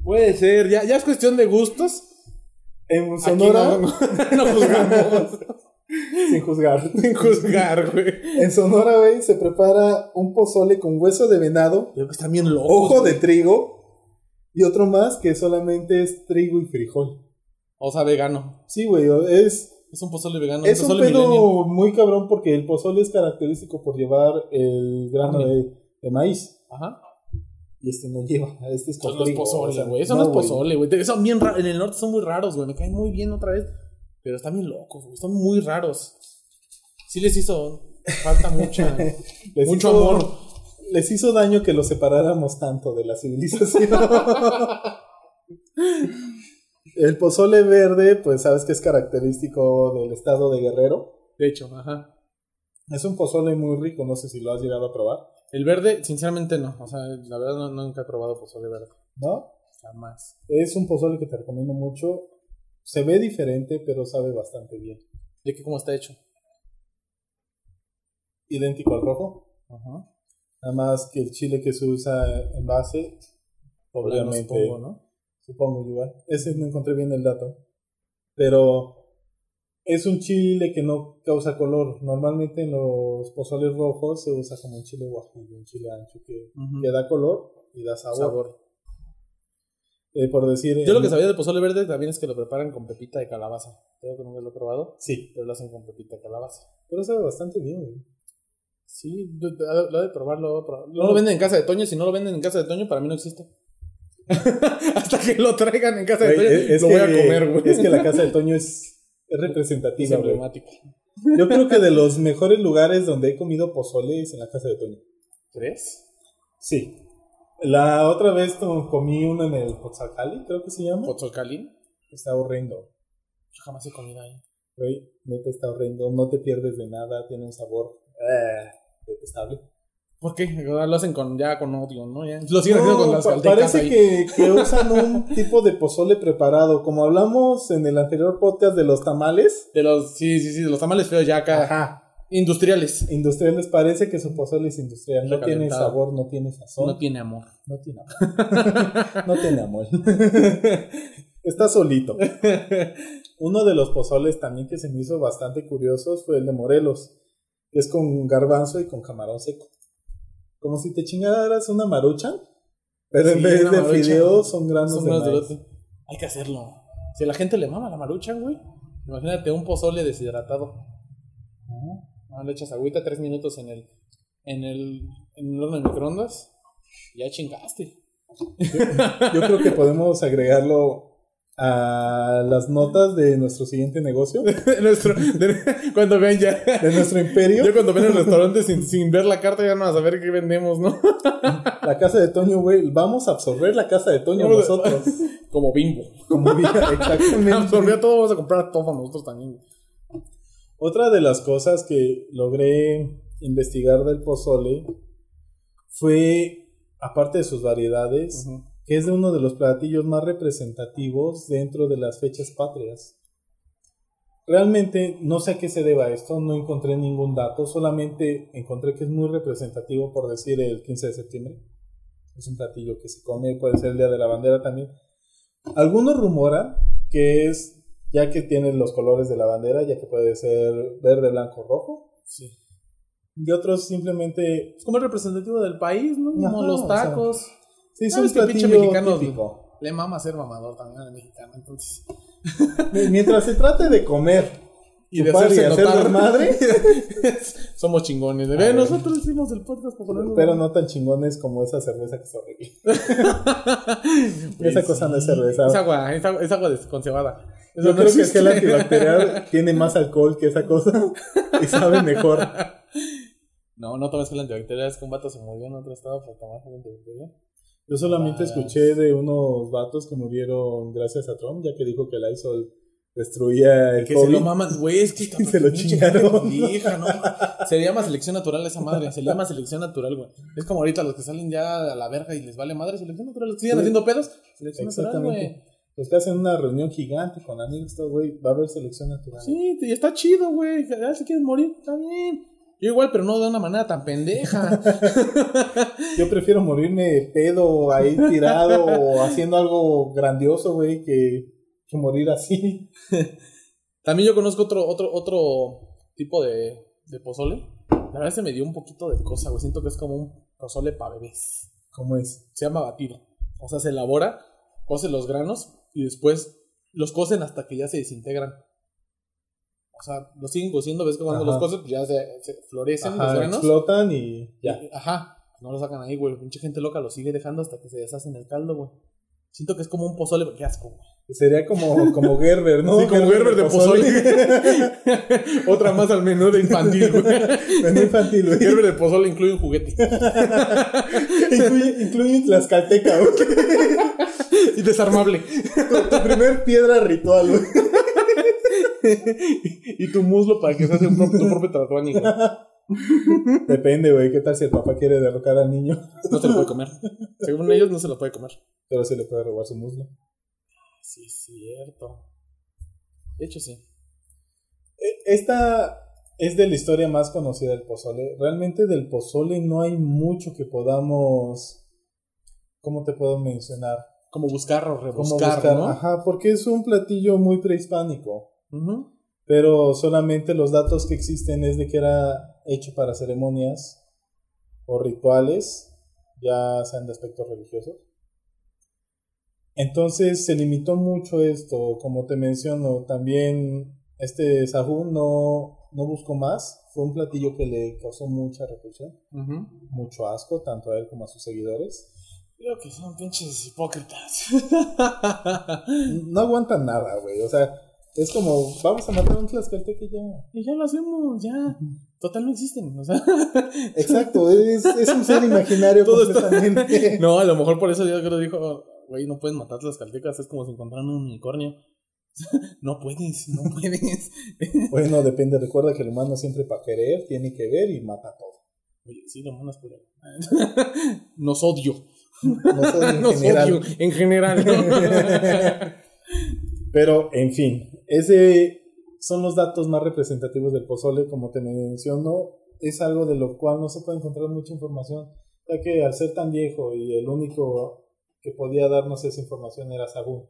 [SPEAKER 2] Puede ser, ya, ya es cuestión de gustos.
[SPEAKER 1] En Sonora,
[SPEAKER 2] Aquí [LAUGHS] no, no juzgamos.
[SPEAKER 1] [LAUGHS] sin juzgar.
[SPEAKER 2] Sin juzgar, güey.
[SPEAKER 1] En Sonora, güey, se prepara un pozole con hueso de venado,
[SPEAKER 2] Creo que están bien locos.
[SPEAKER 1] ojo de trigo y otro más que solamente es trigo y frijol.
[SPEAKER 2] O sea, vegano.
[SPEAKER 1] Sí, güey, es,
[SPEAKER 2] Es un pozole vegano.
[SPEAKER 1] es un
[SPEAKER 2] pozole milenio.
[SPEAKER 1] pedo muy cabrón porque el pozole es característico por llevar el grano
[SPEAKER 2] Carne.
[SPEAKER 1] de, de maíz.
[SPEAKER 2] Ajá.
[SPEAKER 1] Y este no lleva, este es
[SPEAKER 2] Eso
[SPEAKER 1] con
[SPEAKER 2] Ah, no es
[SPEAKER 1] trigo. o
[SPEAKER 2] pozole,
[SPEAKER 1] sea,
[SPEAKER 2] güey. Eso no, es
[SPEAKER 1] güey.
[SPEAKER 2] pozole, güey. Te- Son bien raros. En el norte son muy raros, güey. Me caen muy bien otra vez. Pero están bien locos, güey. Están muy raros. Sí les hizo falta mucha.
[SPEAKER 1] Les
[SPEAKER 2] mucho
[SPEAKER 1] hizo-
[SPEAKER 2] amor.
[SPEAKER 1] Les hizo daño que los separáramos tanto de la civilización. [LAUGHS] el pozole verde, pues sabes que es característico del estado de Guerrero.
[SPEAKER 2] De hecho, ajá.
[SPEAKER 1] Es un pozole muy rico, no sé si lo has llegado a probar,
[SPEAKER 2] El verde, sinceramente, no. O sea, la verdad, no, nunca he probado pozole verde.
[SPEAKER 1] ¿no?
[SPEAKER 2] Jamás.
[SPEAKER 1] Es un pozole que te recomiendo mucho. Se ve diferente, pero sabe bastante bien.
[SPEAKER 2] ¿De qué cómo está hecho?
[SPEAKER 1] Idéntico al rojo.
[SPEAKER 2] Ajá.
[SPEAKER 1] Nada más que el chile que se usa en base,
[SPEAKER 2] Poblano,
[SPEAKER 1] Obviamente.
[SPEAKER 2] supongo, ¿no?
[SPEAKER 1] supongo igual. Ese no encontré bien el dato. Pero es un chile que no causa color. Normalmente en los pozoles rojos se usa como un chile guajillo, un chile ancho que, que da color y da sabor.
[SPEAKER 2] Sabor.
[SPEAKER 1] Eh, por decir.
[SPEAKER 2] Yo lo
[SPEAKER 1] en-
[SPEAKER 2] que sabía del pozole verde también es que lo preparan con pepita de calabaza. Creo que nunca lo he probado,
[SPEAKER 1] Sí,
[SPEAKER 2] pero lo hacen con pepita de calabaza.
[SPEAKER 1] pero sabe bastante bien, güey.
[SPEAKER 2] Sí, lo lo- lo he de probarlo. lo he probado. No lo venden en casa de Toño. Si no lo venden en casa de Toño, para mí no existe. [LAUGHS] Hasta que lo traigan en casa de
[SPEAKER 1] Güey,
[SPEAKER 2] Toño,
[SPEAKER 1] es, es
[SPEAKER 2] lo
[SPEAKER 1] que,
[SPEAKER 2] voy a comer, güey.
[SPEAKER 1] Es que la casa de Toño es, es
[SPEAKER 2] es [LAUGHS]
[SPEAKER 1] representativa, güey.
[SPEAKER 2] emblemática.
[SPEAKER 1] Yo creo que de los mejores lugares donde he comido pozole es en la casa de Toño.
[SPEAKER 2] ¿Crees?
[SPEAKER 1] Sí. La otra vez to- comí uno en el Pozacali, creo que se llama.
[SPEAKER 2] ¿Pozzolcali?
[SPEAKER 1] Está horrendo,
[SPEAKER 2] Yo jamás he comido ahí.
[SPEAKER 1] güey. Neta está horrendo. No te pierdes de nada. Tiene un sabor eh, detestable.
[SPEAKER 2] ¿Por qué? Lo hacen con, ya con odio, ¿no? Ya. Lo siguen haciendo
[SPEAKER 1] No,
[SPEAKER 2] con las
[SPEAKER 1] pa-
[SPEAKER 2] caltecas
[SPEAKER 1] parece
[SPEAKER 2] ahí.
[SPEAKER 1] que, que usan un [LAUGHS] tipo de pozole preparado. Como hablamos en el anterior podcast de los tamales.
[SPEAKER 2] De los, sí, sí, sí, de los tamales feos ya acá.
[SPEAKER 1] Ajá.
[SPEAKER 2] Industriales.
[SPEAKER 1] Industriales, parece que su pozole es industrial. No tiene
[SPEAKER 2] Recalentado.
[SPEAKER 1] sabor, no tiene sazón.
[SPEAKER 2] No tiene amor.
[SPEAKER 1] No tiene amor. no tiene amor. [LAUGHS] Está solito. Uno de los pozoles también que se me hizo bastante curioso fue el de Morelos. que Es con garbanzo y con camarón seco. Como si te chingaras una marucha. Pero en
[SPEAKER 2] Sí,
[SPEAKER 1] vez
[SPEAKER 2] una
[SPEAKER 1] de
[SPEAKER 2] maruchan.
[SPEAKER 1] fideos son granos
[SPEAKER 2] Son
[SPEAKER 1] de
[SPEAKER 2] unos
[SPEAKER 1] maíz.
[SPEAKER 2] dolotes. Hay que hacerlo. Si a la gente le mama la maruchan, güey. Imagínate un pozole deshidratado. Ah, le echas agüita tres minutos en el, en el, en el horno de microondas. Ya chingaste.
[SPEAKER 1] Yo creo que podemos agregarlo a las notas de nuestro siguiente negocio, de
[SPEAKER 2] [LAUGHS] Nuestro- de- cuando ven ya.
[SPEAKER 1] nuestro imperio.
[SPEAKER 2] Yo cuando ven en el restaurante sin, sin ver la carta ya no vas a saber qué vendemos, [LAUGHS] ¿no?
[SPEAKER 1] La casa de Toño, güey. Vamos a absorber la casa de Toño
[SPEAKER 2] Vamos a-
[SPEAKER 1] nosotros.
[SPEAKER 2] [LAUGHS] Como bimbo.
[SPEAKER 1] Como vi-
[SPEAKER 2] [LAUGHS]
[SPEAKER 1] exactamente.
[SPEAKER 2] Absorbió todo, vamos a comprar todo nosotros también.
[SPEAKER 1] Otra de las cosas que logré investigar del pozole fue, aparte de sus variedades, que es de uno de los platillos más representativos dentro de las fechas patrias. Realmente no sé a qué se deba esto, no encontré ningún dato, solamente encontré que es muy representativo, por decir, el 15 de septiembre. Es un platillo que se come, puede ser el Día de la Bandera también. Algunos rumoran que es, ya que tiene los colores de la bandera, ya que puede ser verde, blanco, rojo.
[SPEAKER 2] Sí.
[SPEAKER 1] Y otros simplemente...
[SPEAKER 2] Es como el representativo del país, ¿no? Como
[SPEAKER 1] Ajá,
[SPEAKER 2] los
[SPEAKER 1] o sea,
[SPEAKER 2] tacos.
[SPEAKER 1] Sí, es un
[SPEAKER 2] ¿Sabes qué pinche
[SPEAKER 1] platillo
[SPEAKER 2] mexicanos?
[SPEAKER 1] típico.
[SPEAKER 2] Le mama ser mamador también al mexicano, entonces.
[SPEAKER 1] Mientras se trate de comer
[SPEAKER 2] Y
[SPEAKER 1] Chupar y hacer
[SPEAKER 2] [LAUGHS]
[SPEAKER 1] desmadre.
[SPEAKER 2] Somos chingones. ¿eh?
[SPEAKER 1] ver.
[SPEAKER 2] Nosotros hicimos el podcast para ponernos.
[SPEAKER 1] Pero no tan chingones como esa cerveza que se horrible.
[SPEAKER 2] [LAUGHS] Pues
[SPEAKER 1] esa cosa no es cerveza.
[SPEAKER 2] Es agua, es agua, es agua desconcebada. Eso
[SPEAKER 1] Yo
[SPEAKER 2] no
[SPEAKER 1] creo que el
[SPEAKER 2] existe.
[SPEAKER 1] gel
[SPEAKER 2] [LAUGHS]
[SPEAKER 1] antibacterial tiene más alcohol que esa cosa y sabe mejor.
[SPEAKER 2] No, no tomes gel antibacterial. Es que un vato se murió en otro estado por tomar gel antibacterial.
[SPEAKER 1] Yo solamente
[SPEAKER 2] Ah.
[SPEAKER 1] escuché de unos vatos que murieron gracias a Trump, ya que dijo que el ISOL destruía el
[SPEAKER 2] Que se
[SPEAKER 1] COVID.
[SPEAKER 2] lo maman,
[SPEAKER 1] [LAUGHS]
[SPEAKER 2] güey. Es que
[SPEAKER 1] Y se lo
[SPEAKER 2] pinche
[SPEAKER 1] chingaron.
[SPEAKER 2] gente Vieja, ¿no? Se llama selección natural esa madre. Se llama selección natural, güey. Es como ahorita los que salen ya a la verga y les vale madre. Selección natural. Los que siguen
[SPEAKER 1] Sí.
[SPEAKER 2] haciendo pedos. Selección natural,
[SPEAKER 1] Exactamente.
[SPEAKER 2] güey.
[SPEAKER 1] Los que hacen una reunión gigante con amigos, todo, güey, va a haber selección natural.
[SPEAKER 2] Sí, y está chido, güey. Ya si quieres morir, está bien. Yo igual, pero no de una manera tan pendeja.
[SPEAKER 1] Yo prefiero morirme pedo ahí tirado o haciendo algo grandioso, güey, que, que morir así.
[SPEAKER 2] También yo conozco otro, otro, otro tipo de, de pozole. La verdad se me dio un poquito de cosa, güey. Siento que es como un pozole para bebés.
[SPEAKER 1] ¿Cómo es?
[SPEAKER 2] Se llama batido. O sea, se elabora, cocen los granos y después los cocen hasta que ya se desintegran. O sea, los siguen cociendo, ves que cuando
[SPEAKER 1] Ajá.
[SPEAKER 2] los cocen pues ya se, se florecen
[SPEAKER 1] Ajá,
[SPEAKER 2] los granos.
[SPEAKER 1] explotan y ya.
[SPEAKER 2] Y- Ajá. No lo sacan ahí, güey. Pinche gente loca lo sigue dejando hasta que se deshacen el caldo, güey. Siento que es como un pozole, pero qué asco, güey.
[SPEAKER 1] Sería como, como Gerber, ¿no?
[SPEAKER 2] Sí, como Gerber de pozole. Otra más al menú de infantil, [LAUGHS] güey.
[SPEAKER 1] Menú infantil, güey.
[SPEAKER 2] Gerber de pozole incluye un juguete.
[SPEAKER 1] Incluye, incluye Tlaxcalteca, güey.
[SPEAKER 2] Y desarmable.
[SPEAKER 1] Tu, [LAUGHS] tu primer piedra ritual, güey.
[SPEAKER 2] Y tu muslo para que se hace un pro- tu propio tatuaje, güey.
[SPEAKER 1] Depende, güey. ¿Qué tal si el papá quiere derrocar al niño?
[SPEAKER 2] No se lo puede comer. Según ellos, no se lo puede comer.
[SPEAKER 1] Pero se le puede robar su muslo.
[SPEAKER 2] Sí, es cierto. De hecho, sí.
[SPEAKER 1] E- Esta es de la historia más conocida del pozole. Realmente del pozole no hay mucho que podamos. ¿Cómo te puedo mencionar?
[SPEAKER 2] Como buscar o
[SPEAKER 1] Como
[SPEAKER 2] rebuscar,
[SPEAKER 1] buscar,
[SPEAKER 2] ¿no?
[SPEAKER 1] Ajá, porque es un platillo muy prehispánico.
[SPEAKER 2] Ujú.
[SPEAKER 1] Pero solamente los datos que existen es de que era hecho para ceremonias o rituales, ya sean de aspectos religiosos. Entonces se limitó mucho esto, como te menciono, también este Sahú no, no buscó más, fue un platillo que le causó mucha repulsión
[SPEAKER 2] Ujú.
[SPEAKER 1] mucho asco, tanto a él como a sus seguidores.
[SPEAKER 2] Creo que son pinches hipócritas. [LAUGHS]
[SPEAKER 1] No aguantan nada, güey. O sea, es como, vamos a matar a un tlaxcalteca y ya.
[SPEAKER 2] y ya lo hacemos, ya. Total, no existen. O sea,
[SPEAKER 1] Exacto, es, es un ser imaginario
[SPEAKER 2] [LAUGHS] Todo está- [LAUGHS]
[SPEAKER 1] completamente.
[SPEAKER 2] no, a lo mejor por eso Dios creo dijo, güey, no puedes matar las caltecas, es como si encontraran un unicornio. [LAUGHS] no puedes, no puedes.
[SPEAKER 1] Bueno, depende. Recuerda que el humano siempre para querer tiene que ver y mata todo.
[SPEAKER 2] Oye, sí, lo mandas por [LAUGHS] Nos odio. [LAUGHS]
[SPEAKER 1] No solo en
[SPEAKER 2] Nos
[SPEAKER 1] general.
[SPEAKER 2] odio, en general. [LAUGHS] ¿no?
[SPEAKER 1] [LAUGHS] Pero, en fin, ese son los datos más representativos del pozole, como te menciono. Es algo de lo cual no se puede encontrar mucha información, ya que al ser tan viejo y el único que podía darnos esa información era Sagún.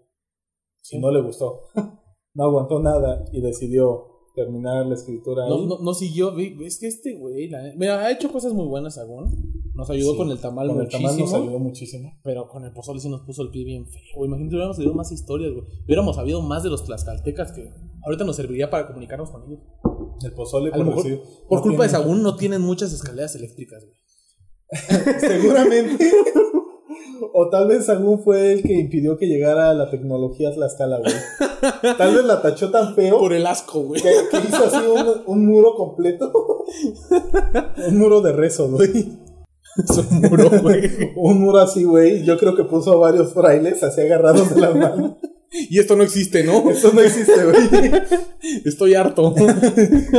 [SPEAKER 1] Y no le gustó. [LAUGHS] No aguantó nada y decidió terminar la escritura ahí.
[SPEAKER 2] No, no, no siguió. vi- Es que este güey, la- mira, ha hecho cosas muy buenas, Sagún. Nos ayudó
[SPEAKER 1] Sí,
[SPEAKER 2] con el tamal
[SPEAKER 1] Con el
[SPEAKER 2] muchísimo.
[SPEAKER 1] tamal nos ayudó muchísimo.
[SPEAKER 2] pero con el pozole sí nos puso el pie bien feo. güey. Imagínate, hubiéramos sabido más historias, güey. Hubiéramos sabido más de los tlaxcaltecas que ahorita nos serviría para comunicarnos con ellos.
[SPEAKER 1] El pozole,
[SPEAKER 2] A lo mejor,
[SPEAKER 1] decir,
[SPEAKER 2] Por
[SPEAKER 1] no
[SPEAKER 2] culpa de
[SPEAKER 1] tiene-
[SPEAKER 2] Sagún no tienen muchas escaleras eléctricas, güey.
[SPEAKER 1] [LAUGHS] Seguramente. O tal vez Sagún fue el que impidió que llegara la tecnología a Tlaxcala, güey. Tal vez la tachó tan feo
[SPEAKER 2] Por el asco, güey. [LAUGHS]
[SPEAKER 1] que, que hizo así un, un muro completo. [LAUGHS] Un muro de rezo, güey.
[SPEAKER 2] Es un muro, güey.
[SPEAKER 1] Un muro así, güey. Yo creo que puso a varios frailes así agarrados de las manos.
[SPEAKER 2] [LAUGHS] Y esto no
[SPEAKER 1] [LAUGHS]
[SPEAKER 2] existe, ¿no?
[SPEAKER 1] Eso no existe, güey.
[SPEAKER 2] [LAUGHS]
[SPEAKER 1] [LAUGHS]
[SPEAKER 2] Estoy harto.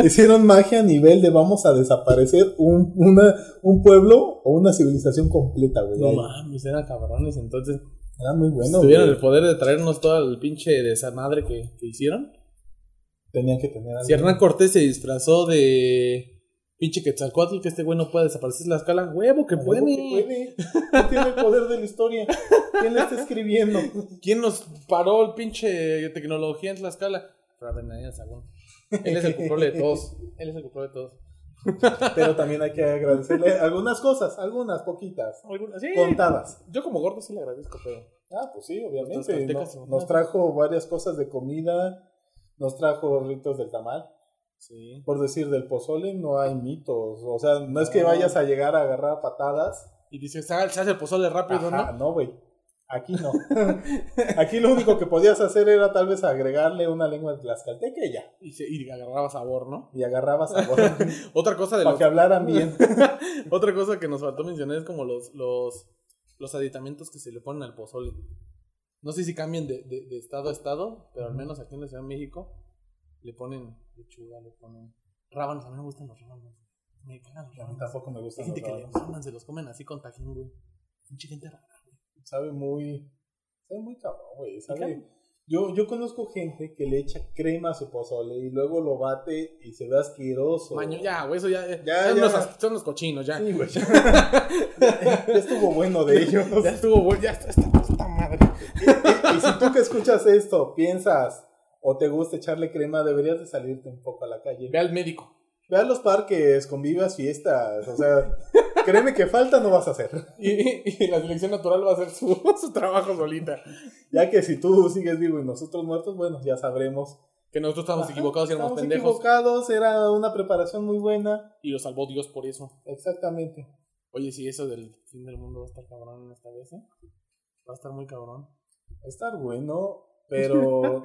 [SPEAKER 1] Hicieron magia a nivel de vamos a desaparecer un, una, un pueblo o una civilización completa, güey.
[SPEAKER 2] No mames, eran cabrones. Entonces,
[SPEAKER 1] Era muy bueno,
[SPEAKER 2] si tuvieran
[SPEAKER 1] güey.
[SPEAKER 2] el poder de traernos toda el pinche desamadre que, que hicieron.
[SPEAKER 1] Tenían que tener algo.
[SPEAKER 2] Si Hernán Cortés se disfrazó de pinche Quetzalcoatl, que este güey no pueda desaparecer la escala, huevo que puede.
[SPEAKER 1] puede. [LAUGHS] No tiene el poder de la historia. ¿Quién la está escribiendo?
[SPEAKER 2] ¿Quién nos paró el pinche tecnología en Tlaxcala? Fra Bernardino Sagún. Él es el culpable de todos. Él es el culpable de todos.
[SPEAKER 1] Pero también hay que agradecerle algunas cosas, algunas poquitas,
[SPEAKER 2] Algunas- sí,
[SPEAKER 1] contadas.
[SPEAKER 2] yo como gordo sí le agradezco, pero
[SPEAKER 1] Ah, pues sí,
[SPEAKER 2] Los
[SPEAKER 1] obviamente.
[SPEAKER 2] tlaxcaltecas
[SPEAKER 1] Nos,
[SPEAKER 2] son-
[SPEAKER 1] nos trajo varias cosas de comida, nos trajo ritos del tamal.
[SPEAKER 2] sí.
[SPEAKER 1] Por decir, del pozole no hay mitos. O sea, no es que vayas a llegar a agarrar a patadas.
[SPEAKER 2] Y dice, se haga- se hace el pozole rápido,
[SPEAKER 1] Ajá,
[SPEAKER 2] ¿no?
[SPEAKER 1] no, güey. Aquí no. [LAUGHS] Aquí lo único que podías hacer era tal vez agregarle una lengua de tlaxcalteca y ya.
[SPEAKER 2] Y, se, y agarraba sabor, ¿no?
[SPEAKER 1] Y agarrabas sabor
[SPEAKER 2] Otra cosa [LAUGHS] de
[SPEAKER 1] para
[SPEAKER 2] los,
[SPEAKER 1] que hablaran
[SPEAKER 2] [LAUGHS]
[SPEAKER 1] bien.
[SPEAKER 2] otra cosa que nos faltó mencionar es como los, los, los aditamentos que se le ponen al pozole. No sé si cambian de, de- de estado a estado, pero al menos aquí en la Ciudad de México le ponen lechuga, le ponen rábanos. A mí me gustan los rábanos. Me cagan los
[SPEAKER 1] A mí
[SPEAKER 2] rábanos.
[SPEAKER 1] tampoco me gusta.
[SPEAKER 2] Hay gente que le enferman, se los comen así con tajín, güey. Pinche gente rara.
[SPEAKER 1] Sabe muy. Sabe muy cabrón, güey.
[SPEAKER 2] Claro.
[SPEAKER 1] Sabe. Yo, yo conozco gente que le echa crema a su pozole y luego lo bate y se ve asqueroso.
[SPEAKER 2] Maño, ya, güey, eso ya. eh,
[SPEAKER 1] Ya,
[SPEAKER 2] son,
[SPEAKER 1] ya.
[SPEAKER 2] Los, as- son los cochinos, ya.
[SPEAKER 1] Sí,
[SPEAKER 2] [LAUGHS]
[SPEAKER 1] güey. ya estuvo bueno de ellos. Eh,
[SPEAKER 2] Ya estuvo, güey, [LAUGHS] ya está esta
[SPEAKER 1] [LAUGHS]
[SPEAKER 2] puta madre.
[SPEAKER 1] y, y si tú que escuchas esto piensas o te gusta echarle crema, deberías de salirte un poco a la calle.
[SPEAKER 2] Ve al médico.
[SPEAKER 1] Ve a los parques, convivas, fiestas. O sea, créeme que falta no vas a hacer.
[SPEAKER 2] Y, y la selección natural va a hacer su, [LAUGHS] su trabajo solita.
[SPEAKER 1] Ya que si tú sigues vivo y nosotros muertos, bueno, ya sabremos
[SPEAKER 2] Que nosotros estábamos
[SPEAKER 1] Ajá,
[SPEAKER 2] equivocados y éramos
[SPEAKER 1] estábamos
[SPEAKER 2] pendejos.
[SPEAKER 1] equivocados, era una preparación muy buena.
[SPEAKER 2] Y lo salvó Dios por eso.
[SPEAKER 1] Exactamente.
[SPEAKER 2] Oye, si eso del fin del mundo va a estar cabrón en esta vez, ¿eh? Va a estar muy cabrón.
[SPEAKER 1] Va a estar bueno,
[SPEAKER 2] [LAUGHS]
[SPEAKER 1] pero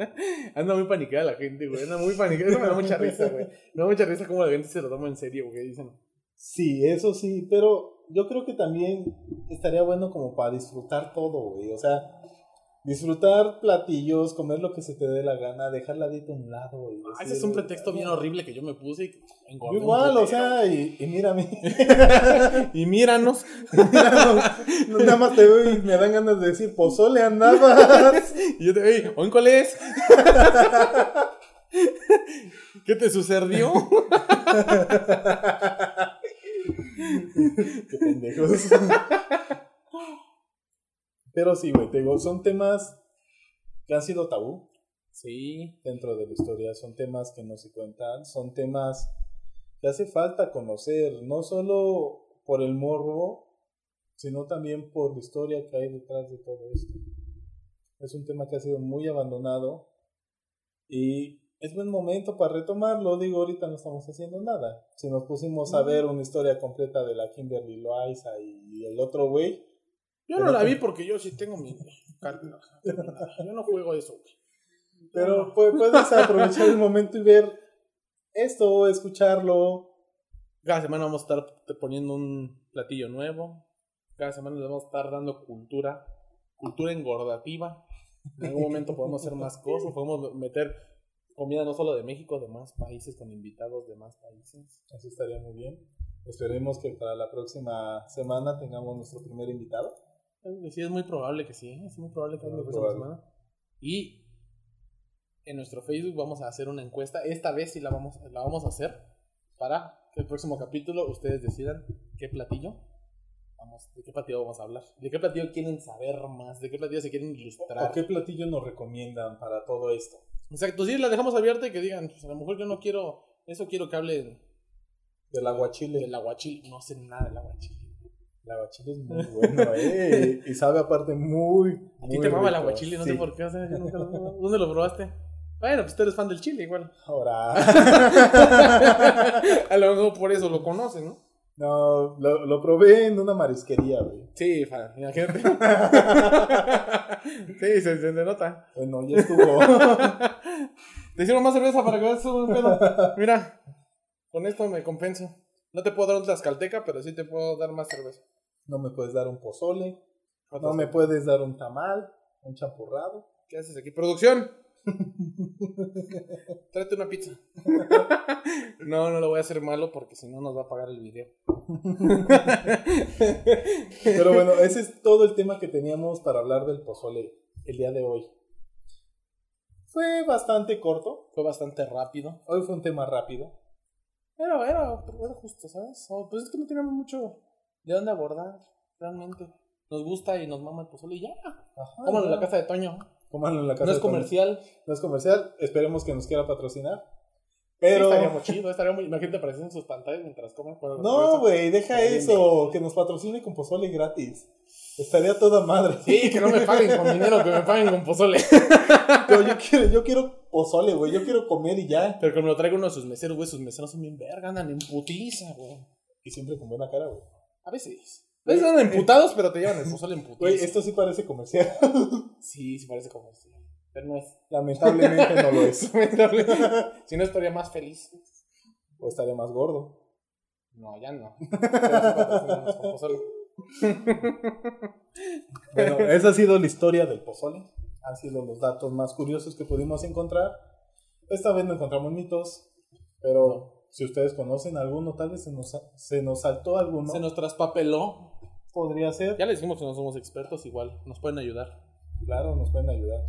[SPEAKER 2] Anda muy paniqueada la gente, güey. Anda muy paniqueada. Eso me da mucha risa, güey. Me da mucha risa cómo la gente se lo toma en serio, güey. Dicen,
[SPEAKER 1] sí, eso sí, pero yo creo que también estaría bueno como para disfrutar todo, güey. O sea, disfrutar platillos, comer lo que se te dé la gana, dejar ladito a un lado, güey.
[SPEAKER 2] ah,
[SPEAKER 1] Decir,
[SPEAKER 2] ese es un pretexto bien horrible que yo me puse y
[SPEAKER 1] Yo
[SPEAKER 2] engordé un
[SPEAKER 1] igual, o
[SPEAKER 2] putero".
[SPEAKER 1] sea, y, y mírame,
[SPEAKER 2] Y míranos.
[SPEAKER 1] no, [LAUGHS] nada más te veo y me dan ganas de decir, pozole andabas.
[SPEAKER 2] [LAUGHS] Y yo te oye, ¿oín cuál es?
[SPEAKER 3] ¿Qué te sucedió?
[SPEAKER 1] Qué pendejos. Pero sí, güey, te digo, son temas que han sido tabú
[SPEAKER 2] Sí,
[SPEAKER 1] dentro de la historia, son temas que no se cuentan, son temas que hace falta conocer, no solo por el morbo, sino también por la historia que hay detrás de todo esto. Es un tema que ha sido muy abandonado y es buen momento para retomarlo, digo, ahorita no estamos haciendo nada. Si nos pusimos a ver una historia completa de la Kimberly Loaiza y el otro güey,
[SPEAKER 2] yo no la vi porque yo sí tengo mi carta. [LAUGHS] Yo no juego eso, güey.
[SPEAKER 1] Pero pu- puedes aprovechar el momento y ver esto, escucharlo.
[SPEAKER 2] Cada semana vamos a estar te- poniendo un platillo nuevo. Cada semana les vamos a estar dando cultura, cultura engordativa. En algún momento podemos hacer más cosas, podemos meter comida no solo de México, de más países, con invitados de más países.
[SPEAKER 1] Eso estaría muy bien. Esperemos que para la próxima semana tengamos nuestro primer invitado.
[SPEAKER 2] Eh, Sí, es muy probable que sí, ¿eh? es muy probable que
[SPEAKER 1] Muy
[SPEAKER 2] la próxima
[SPEAKER 1] probable.
[SPEAKER 2] semana. Y en nuestro Facebook vamos a hacer una encuesta. Esta vez sí la vamos, la vamos a hacer para que el próximo capítulo ustedes decidan qué platillo. Vamos, ¿De qué platillo vamos a hablar? ¿De qué platillo quieren saber más? ¿De qué platillo se quieren ilustrar?
[SPEAKER 1] ¿O qué platillo nos recomiendan para todo esto?
[SPEAKER 2] Exacto, sí, la dejamos abierta y que digan, pues a lo mejor yo no quiero, eso quiero que hablen
[SPEAKER 1] Del aguachile.
[SPEAKER 2] del aguachil. No sé nada del aguachil.
[SPEAKER 1] El aguachile es muy bueno, [LAUGHS] ¿eh? Y, y sabe aparte muy...
[SPEAKER 2] A
[SPEAKER 1] muy
[SPEAKER 2] ti te mama el
[SPEAKER 1] rico.
[SPEAKER 2] aguachil y no
[SPEAKER 1] Sí.
[SPEAKER 2] sé por qué, o sea, yo nunca lo- ¿Dónde lo probaste? Bueno, pues tú eres fan del chile igual.
[SPEAKER 1] Ahora...
[SPEAKER 2] [LAUGHS] a lo mejor por eso lo conocen, ¿no?
[SPEAKER 1] [LAUGHS] no, lo, lo probé en una marisquería, güey.
[SPEAKER 2] Sí, fa,
[SPEAKER 1] [LAUGHS]
[SPEAKER 2] imagínate. sí, se, se denota.
[SPEAKER 1] Bueno, ya estuvo. [LAUGHS]
[SPEAKER 2] Te hicieron más cerveza para que veas un pedo. Mira, con esto me compenso. No te puedo dar un tlaxcalteca, pero sí te puedo dar más cerveza.
[SPEAKER 1] No me puedes dar un pozole. No me puedes dar un tamal, un champurrado.
[SPEAKER 2] ¿Qué haces
[SPEAKER 1] [LAUGHS]
[SPEAKER 2] aquí? ¡Producción! Tráete una pizza. no, no lo voy a hacer malo porque si no nos va a pagar el video.
[SPEAKER 1] Pero bueno, ese es todo el tema que teníamos para hablar del pozole el día de hoy. Fue bastante corto.
[SPEAKER 2] Fue bastante rápido.
[SPEAKER 1] Hoy fue un tema rápido.
[SPEAKER 2] Era, era, era justo, ¿sabes? O, pues es que no teníamos mucho de dónde abordar, realmente. Nos gusta y nos mama el pozole y ya.
[SPEAKER 1] Ajá,
[SPEAKER 2] Cómalo en
[SPEAKER 1] Ah, ya.
[SPEAKER 2] la casa de Toño.
[SPEAKER 1] Cómanlo en la casa
[SPEAKER 2] No es
[SPEAKER 1] de Toño.
[SPEAKER 2] comercial.
[SPEAKER 1] No es comercial. Esperemos que nos quiera patrocinar. Pero.
[SPEAKER 2] Pero... estaría muy chido, estaría muy... Imagínate apareciendo en sus pantallas mientras comen. con la cerveza.
[SPEAKER 1] no, güey, deja
[SPEAKER 2] Bien.
[SPEAKER 1] eso. Que nos patrocine con pozole gratis. Estaría toda madre.
[SPEAKER 2] Sí, que no me paguen con dinero, que me paguen con pozole.
[SPEAKER 1] Yo, yo quiero, yo quiero pozole, güey. Yo quiero comer y ya.
[SPEAKER 2] Pero que me lo traiga uno de sus meseros, güey. Sus meseros son bien verga, andan en putiza, güey.
[SPEAKER 1] Y siempre con buena cara, güey.
[SPEAKER 2] A veces. Eh, A veces andan emputados, pero te llevan el pozole en putiza.
[SPEAKER 1] Güey, esto sí parece comercial. [LAUGHS]
[SPEAKER 2] Sí, sí parece comercial. Pero no [LAUGHS] es.
[SPEAKER 1] Lamentablemente no lo es.
[SPEAKER 2] Lamentable. si no, estaría más feliz.
[SPEAKER 1] O estaría más gordo.
[SPEAKER 2] No, ya [LAUGHS] no. Pero sí patrocínanos con pozole.
[SPEAKER 1] Bueno, esa ha sido la historia del pozole. Han sido los datos más curiosos que pudimos encontrar. Esta vez no encontramos mitos, pero si ustedes conocen alguno, tal vez se nos, se nos saltó alguno.
[SPEAKER 2] Se nos traspapeló.
[SPEAKER 1] podría ser.
[SPEAKER 2] Ya les dijimos que no somos expertos, igual nos pueden ayudar.
[SPEAKER 1] Claro, nos pueden ayudar.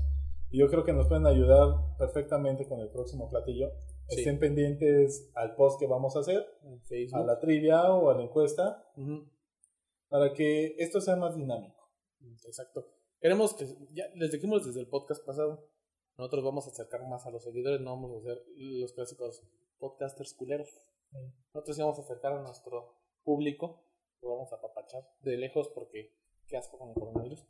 [SPEAKER 1] Y yo creo que nos pueden ayudar perfectamente con el próximo platillo.
[SPEAKER 2] Sí.
[SPEAKER 1] Estén pendientes al post que vamos a hacer,
[SPEAKER 2] En
[SPEAKER 1] a
[SPEAKER 2] Facebook.
[SPEAKER 1] la trivia o a la encuesta,
[SPEAKER 2] Ujú,
[SPEAKER 1] para que esto sea más dinámico.
[SPEAKER 2] Exacto. Queremos que, ya les dijimos desde el podcast pasado, nosotros vamos a acercar más a los seguidores, no vamos a hacer los clásicos podcasters culeros. Nosotros sí vamos a acercar a nuestro público, lo vamos a papachar de lejos porque qué asco con el coronavirus.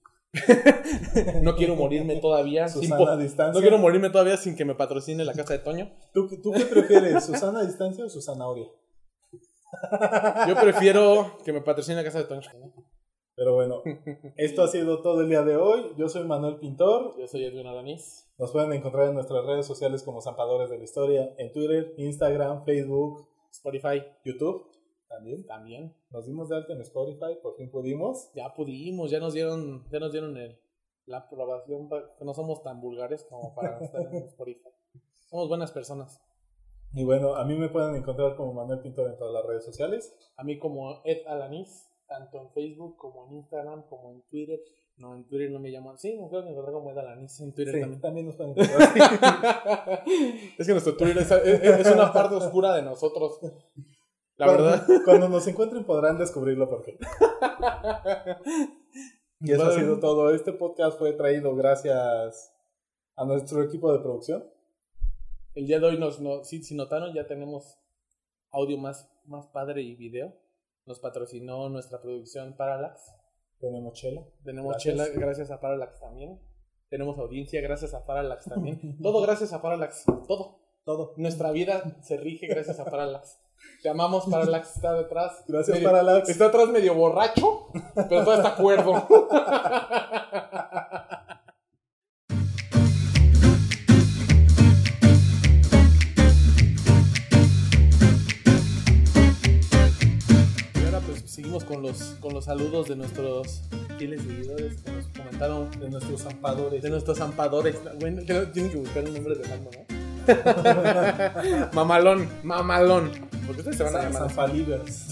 [SPEAKER 2] no quiero morirme todavía sin
[SPEAKER 1] [LAUGHS] Susana
[SPEAKER 2] po-
[SPEAKER 1] a distancia.
[SPEAKER 2] no quiero morirme todavía sin que me patrocine la casa de Toño.
[SPEAKER 1] ¿Tú, ¿Tú qué prefieres, Susana a distancia o Susana Oria?
[SPEAKER 2] Yo prefiero que me patrocine la casa de Toño.
[SPEAKER 1] Pero bueno, esto ha sido todo el día de hoy. Yo soy Manuel Pintor.
[SPEAKER 2] Yo soy Edwin Alanis.
[SPEAKER 1] Nos pueden encontrar en nuestras redes sociales como Zampadores de la Historia, en Twitter, Instagram, Facebook,
[SPEAKER 2] Spotify
[SPEAKER 1] YouTube. También
[SPEAKER 2] también.
[SPEAKER 1] nos dimos de alta en Spotify, por fin pudimos.
[SPEAKER 2] Ya pudimos, ya nos dieron, ya nos dieron el, la aprobación pa- que no somos tan vulgares como [LAUGHS] para estar en Spotify. Somos buenas personas.
[SPEAKER 1] Y bueno, a mí me pueden encontrar como Manuel Pintor en todas las redes sociales.
[SPEAKER 2] A mí como Ed Alanis tanto en Facebook como en Instagram, como en Twitter. No, en Twitter no me llaman. Sí, me pueden encontrar como Edalanis en Twitter
[SPEAKER 1] Sí,
[SPEAKER 2] también. [LAUGHS]
[SPEAKER 1] también nos pueden encontrar.
[SPEAKER 2] es que nuestro Twitter es, es- es una parte oscura de nosotros. [LAUGHS] La
[SPEAKER 1] Cuando-
[SPEAKER 2] verdad.
[SPEAKER 1] Cuando nos encuentren podrán descubrirlo por qué. Y eso ha
[SPEAKER 2] Vale.
[SPEAKER 1] sido todo. Este podcast fue traído gracias a nuestro equipo de producción.
[SPEAKER 2] El día de hoy, nos, no- si, si notaron, ya tenemos audio más, más padre y video. Nos patrocinó nuestra producción Parallax.
[SPEAKER 1] Tenemos chela.
[SPEAKER 2] Tenemos
[SPEAKER 1] Gracias.
[SPEAKER 2] chela gracias a Parallax también. Tenemos audiencia gracias a Parallax
[SPEAKER 1] [LAUGHS]
[SPEAKER 2] también. Todo gracias a Parallax. Todo.
[SPEAKER 1] Todo.
[SPEAKER 2] Nuestra vida se rige gracias a Parallax. Te amamos, Parallax está detrás.
[SPEAKER 1] Gracias
[SPEAKER 2] Medio-
[SPEAKER 1] para Lax.
[SPEAKER 2] Está atrás medio borracho, pero todavía está cuerdo. Y ahora pues seguimos con los, con los saludos de nuestros fieles seguidores que nos comentaron,
[SPEAKER 1] De nuestros ampadores.
[SPEAKER 2] de nuestros zampadores. Bueno, creo que tienen que buscar un nombre de bando, ¿no? mamalón, mamalón. Porque ustedes se van a llamar así.
[SPEAKER 1] Zampalivers.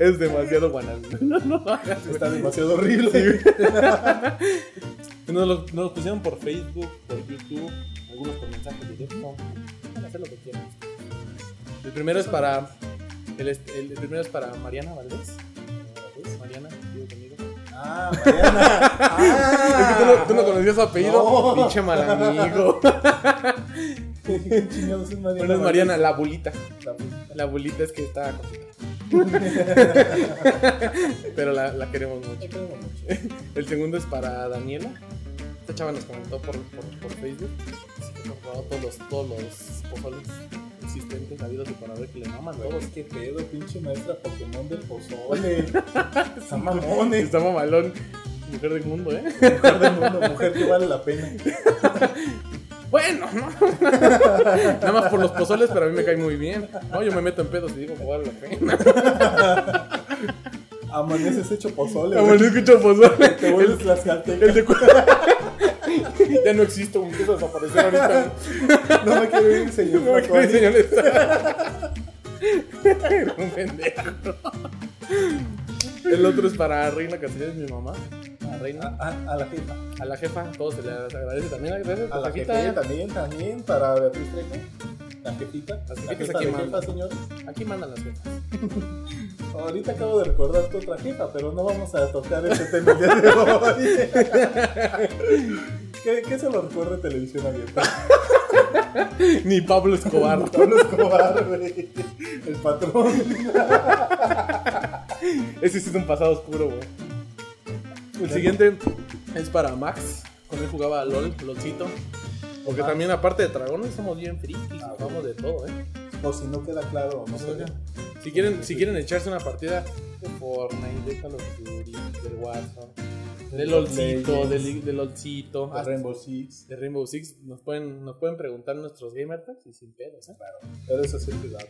[SPEAKER 2] es demasiado guanabi. No, no, no.
[SPEAKER 1] Está demasiado horrible.
[SPEAKER 2] Nos lo, nos lo pusieron por Facebook, por YouTube, algunos por mensaje directo. Van a hacer lo que quieran. El primero es para. El, est- el primero es para Mariana Valdés. Mariana, vive conmigo.
[SPEAKER 1] Ah, Mariana.
[SPEAKER 2] [LAUGHS]
[SPEAKER 1] Ah.
[SPEAKER 2] Es que tú no, tú no conocías su apellido.
[SPEAKER 1] No.
[SPEAKER 2] Pinche mal amigo.
[SPEAKER 1] [LAUGHS] ¿Qué chingados es Mariana?
[SPEAKER 2] Bueno, es Mariana, la bulita.
[SPEAKER 1] También.
[SPEAKER 2] La bulita es que está complicada. Pero la, la queremos mucho.
[SPEAKER 1] Yo creo mucho.
[SPEAKER 2] El segundo es para Daniela. Esta chava nos comentó por, por, por Facebook. Así que nos robó todos los, todos los pozoles existentes, habidos y por haber que le maman todos.
[SPEAKER 1] Todos, qué pedo, pinche maestra Pokémon del pozole.
[SPEAKER 2] [LAUGHS]
[SPEAKER 1] Está mamones.
[SPEAKER 2] Está mamalón. Mujer del mundo, ¿eh?
[SPEAKER 1] Mujer del mundo, mujer que vale la pena.
[SPEAKER 2] Bueno, ¿no? Nada más por los pozoles, pero a mí me cae muy bien. No, yo me meto en pedos y digo, jugar la pena.
[SPEAKER 1] Amaneces hecho pozole. güey.
[SPEAKER 2] Como le escucho pozole.
[SPEAKER 1] Te vuelves las
[SPEAKER 2] El de cu- [LAUGHS] Ya no existo, me empiezo a desaparecer ahorita.
[SPEAKER 1] No me quiero ir, señor.
[SPEAKER 2] No me
[SPEAKER 1] Paco.
[SPEAKER 2] quiero enseñar esta. Era [LAUGHS] un pendejo. El otro es para Reina Casillas, mi mamá. A Reina,
[SPEAKER 1] A, a- a la jefa.
[SPEAKER 2] a la jefa, todos se les agradece también. Gracias,
[SPEAKER 1] A la
[SPEAKER 2] jefita.
[SPEAKER 1] jefa también, también. Para Beatriz Trejo. La jefita.
[SPEAKER 2] Las
[SPEAKER 1] La
[SPEAKER 2] jefitas
[SPEAKER 1] jefa
[SPEAKER 2] aquí
[SPEAKER 1] de
[SPEAKER 2] mandan.
[SPEAKER 1] jefa, señores.
[SPEAKER 2] Aquí mandan las jefas. [LAUGHS]
[SPEAKER 1] Ahorita acabo de recordar tu otra jefa, pero no vamos a tocar este tema el día de hoy. ¿Qué, qué se lo recuerda televisión abierta?
[SPEAKER 2] Ni Pablo Escobar.
[SPEAKER 1] Pablo Escobar, güey. El patrón.
[SPEAKER 2] Ese sí es un pasado oscuro, güey. El siguiente es para Max. Con él jugaba a LOL, LOLcito. Porque
[SPEAKER 1] Ah.
[SPEAKER 2] también, aparte de dragones, somos bien frikis.
[SPEAKER 1] Ah,
[SPEAKER 2] Jugamos de todo, ¿eh?
[SPEAKER 1] O si no queda claro, no sé.
[SPEAKER 2] Si quieren, si quieren echarse una partida de Fortnite, de Call of Duty, del Warzone, del LOLcito, del, del LOLcito,
[SPEAKER 1] A Rainbow Six.
[SPEAKER 2] de Rainbow Six, nos pueden, nos pueden preguntar nuestros gamer tags y sin pedos, ¿eh?
[SPEAKER 1] Pero eso sí es privado.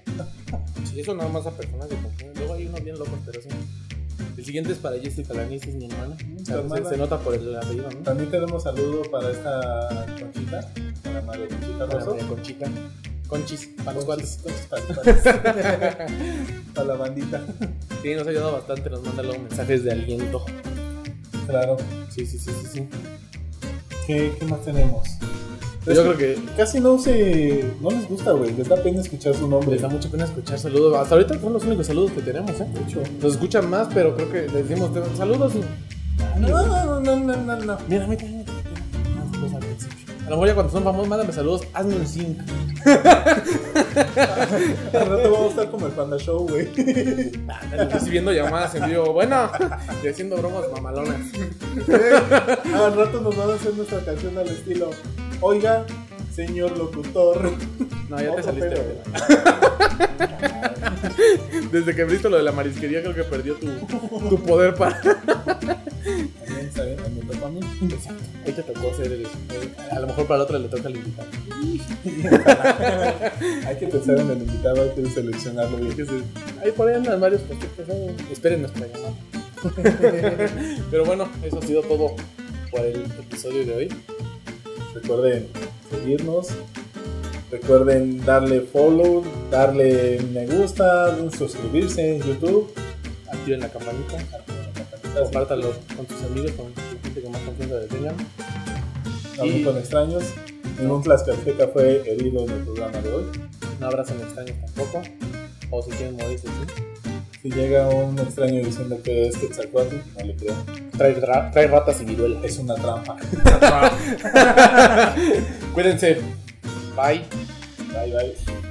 [SPEAKER 2] Sí, eso nada más a personas que confunden. Luego hay unos bien locos, pero sí. El siguiente es para Jessica Lanis, es mi hermana.
[SPEAKER 1] tu
[SPEAKER 2] Se-
[SPEAKER 1] hermana.
[SPEAKER 2] Se, nota por el apellido, ¿no?
[SPEAKER 1] También tenemos saludo para esta conchita. Para María Conchita
[SPEAKER 2] Para
[SPEAKER 1] Rosso.
[SPEAKER 2] María Conchita. Conchis, para los cuates.
[SPEAKER 1] [LAUGHS] Conchis, conchis, para los cuates. Para la bandita.
[SPEAKER 2] Sí, nos ha ayudado bastante, nos manda luego mensajes de aliento.
[SPEAKER 1] Claro.
[SPEAKER 2] Sí, sí, sí, sí, sí.
[SPEAKER 1] ¿Qué, qué más tenemos? Pues
[SPEAKER 2] Yo creo que
[SPEAKER 1] Casi no se. No les gusta, güey. Les da pena escuchar su nombre.
[SPEAKER 2] Les da mucha pena escuchar saludos. Hasta ahorita fueron los únicos saludos que tenemos, ¿eh?
[SPEAKER 1] mucho.
[SPEAKER 2] Nos escuchan más, pero creo que les dimos te- saludos y.
[SPEAKER 1] No, no, no, no, no, no.
[SPEAKER 2] Mira, mira, mira. A lo mejor ya cuando son famosos, mándame saludos, hazme un zinc.
[SPEAKER 1] Al rato vamos a estar como el Panda Show, güey.
[SPEAKER 2] Recibiendo llamadas en vivo, [LAUGHS] bueno, y haciendo bromas mamalonas.
[SPEAKER 1] Al rato nos van a hacer nuestra canción al estilo. Oiga, señor locutor.
[SPEAKER 2] No, ya te
[SPEAKER 1] Otro
[SPEAKER 2] saliste.
[SPEAKER 1] pedo,
[SPEAKER 2] güey. Desde que abriste lo de la marisquería, creo que perdió tu, tu poder para.
[SPEAKER 1] También, ¿saben? También toca a mí.
[SPEAKER 2] Ahí te tocó hacer el. el- A lo mejor para la otra le toca el invitado.
[SPEAKER 1] Hay que pensar en el invitado, hay que seleccionarlo bien.
[SPEAKER 2] Que se- Ahí por ahí andan varios proyectos. ¿eh? Esperen nuestra llamada. Pero bueno, eso ha sido todo por el episodio de hoy.
[SPEAKER 1] Recuerden seguirnos. Recuerden darle follow, darle me gusta, suscribirse en YouTube.
[SPEAKER 2] activen la campanita, compártalo con sus amigos, con la gente que más confianza le tengan.
[SPEAKER 1] Hablé
[SPEAKER 2] Y-
[SPEAKER 1] con extraños. Ningún Tlaxcalteca fue herido en el programa de hoy.
[SPEAKER 2] No abrazan extraños tampoco, o si quieren morirse, sí.
[SPEAKER 1] Si llega un extraño diciendo que es Quetzalcoatl, no le creo.
[SPEAKER 2] Trae, ra- trae ratas y viruela.
[SPEAKER 1] Es una trampa.
[SPEAKER 2] Cuídense. Bye.
[SPEAKER 1] Bye, bye.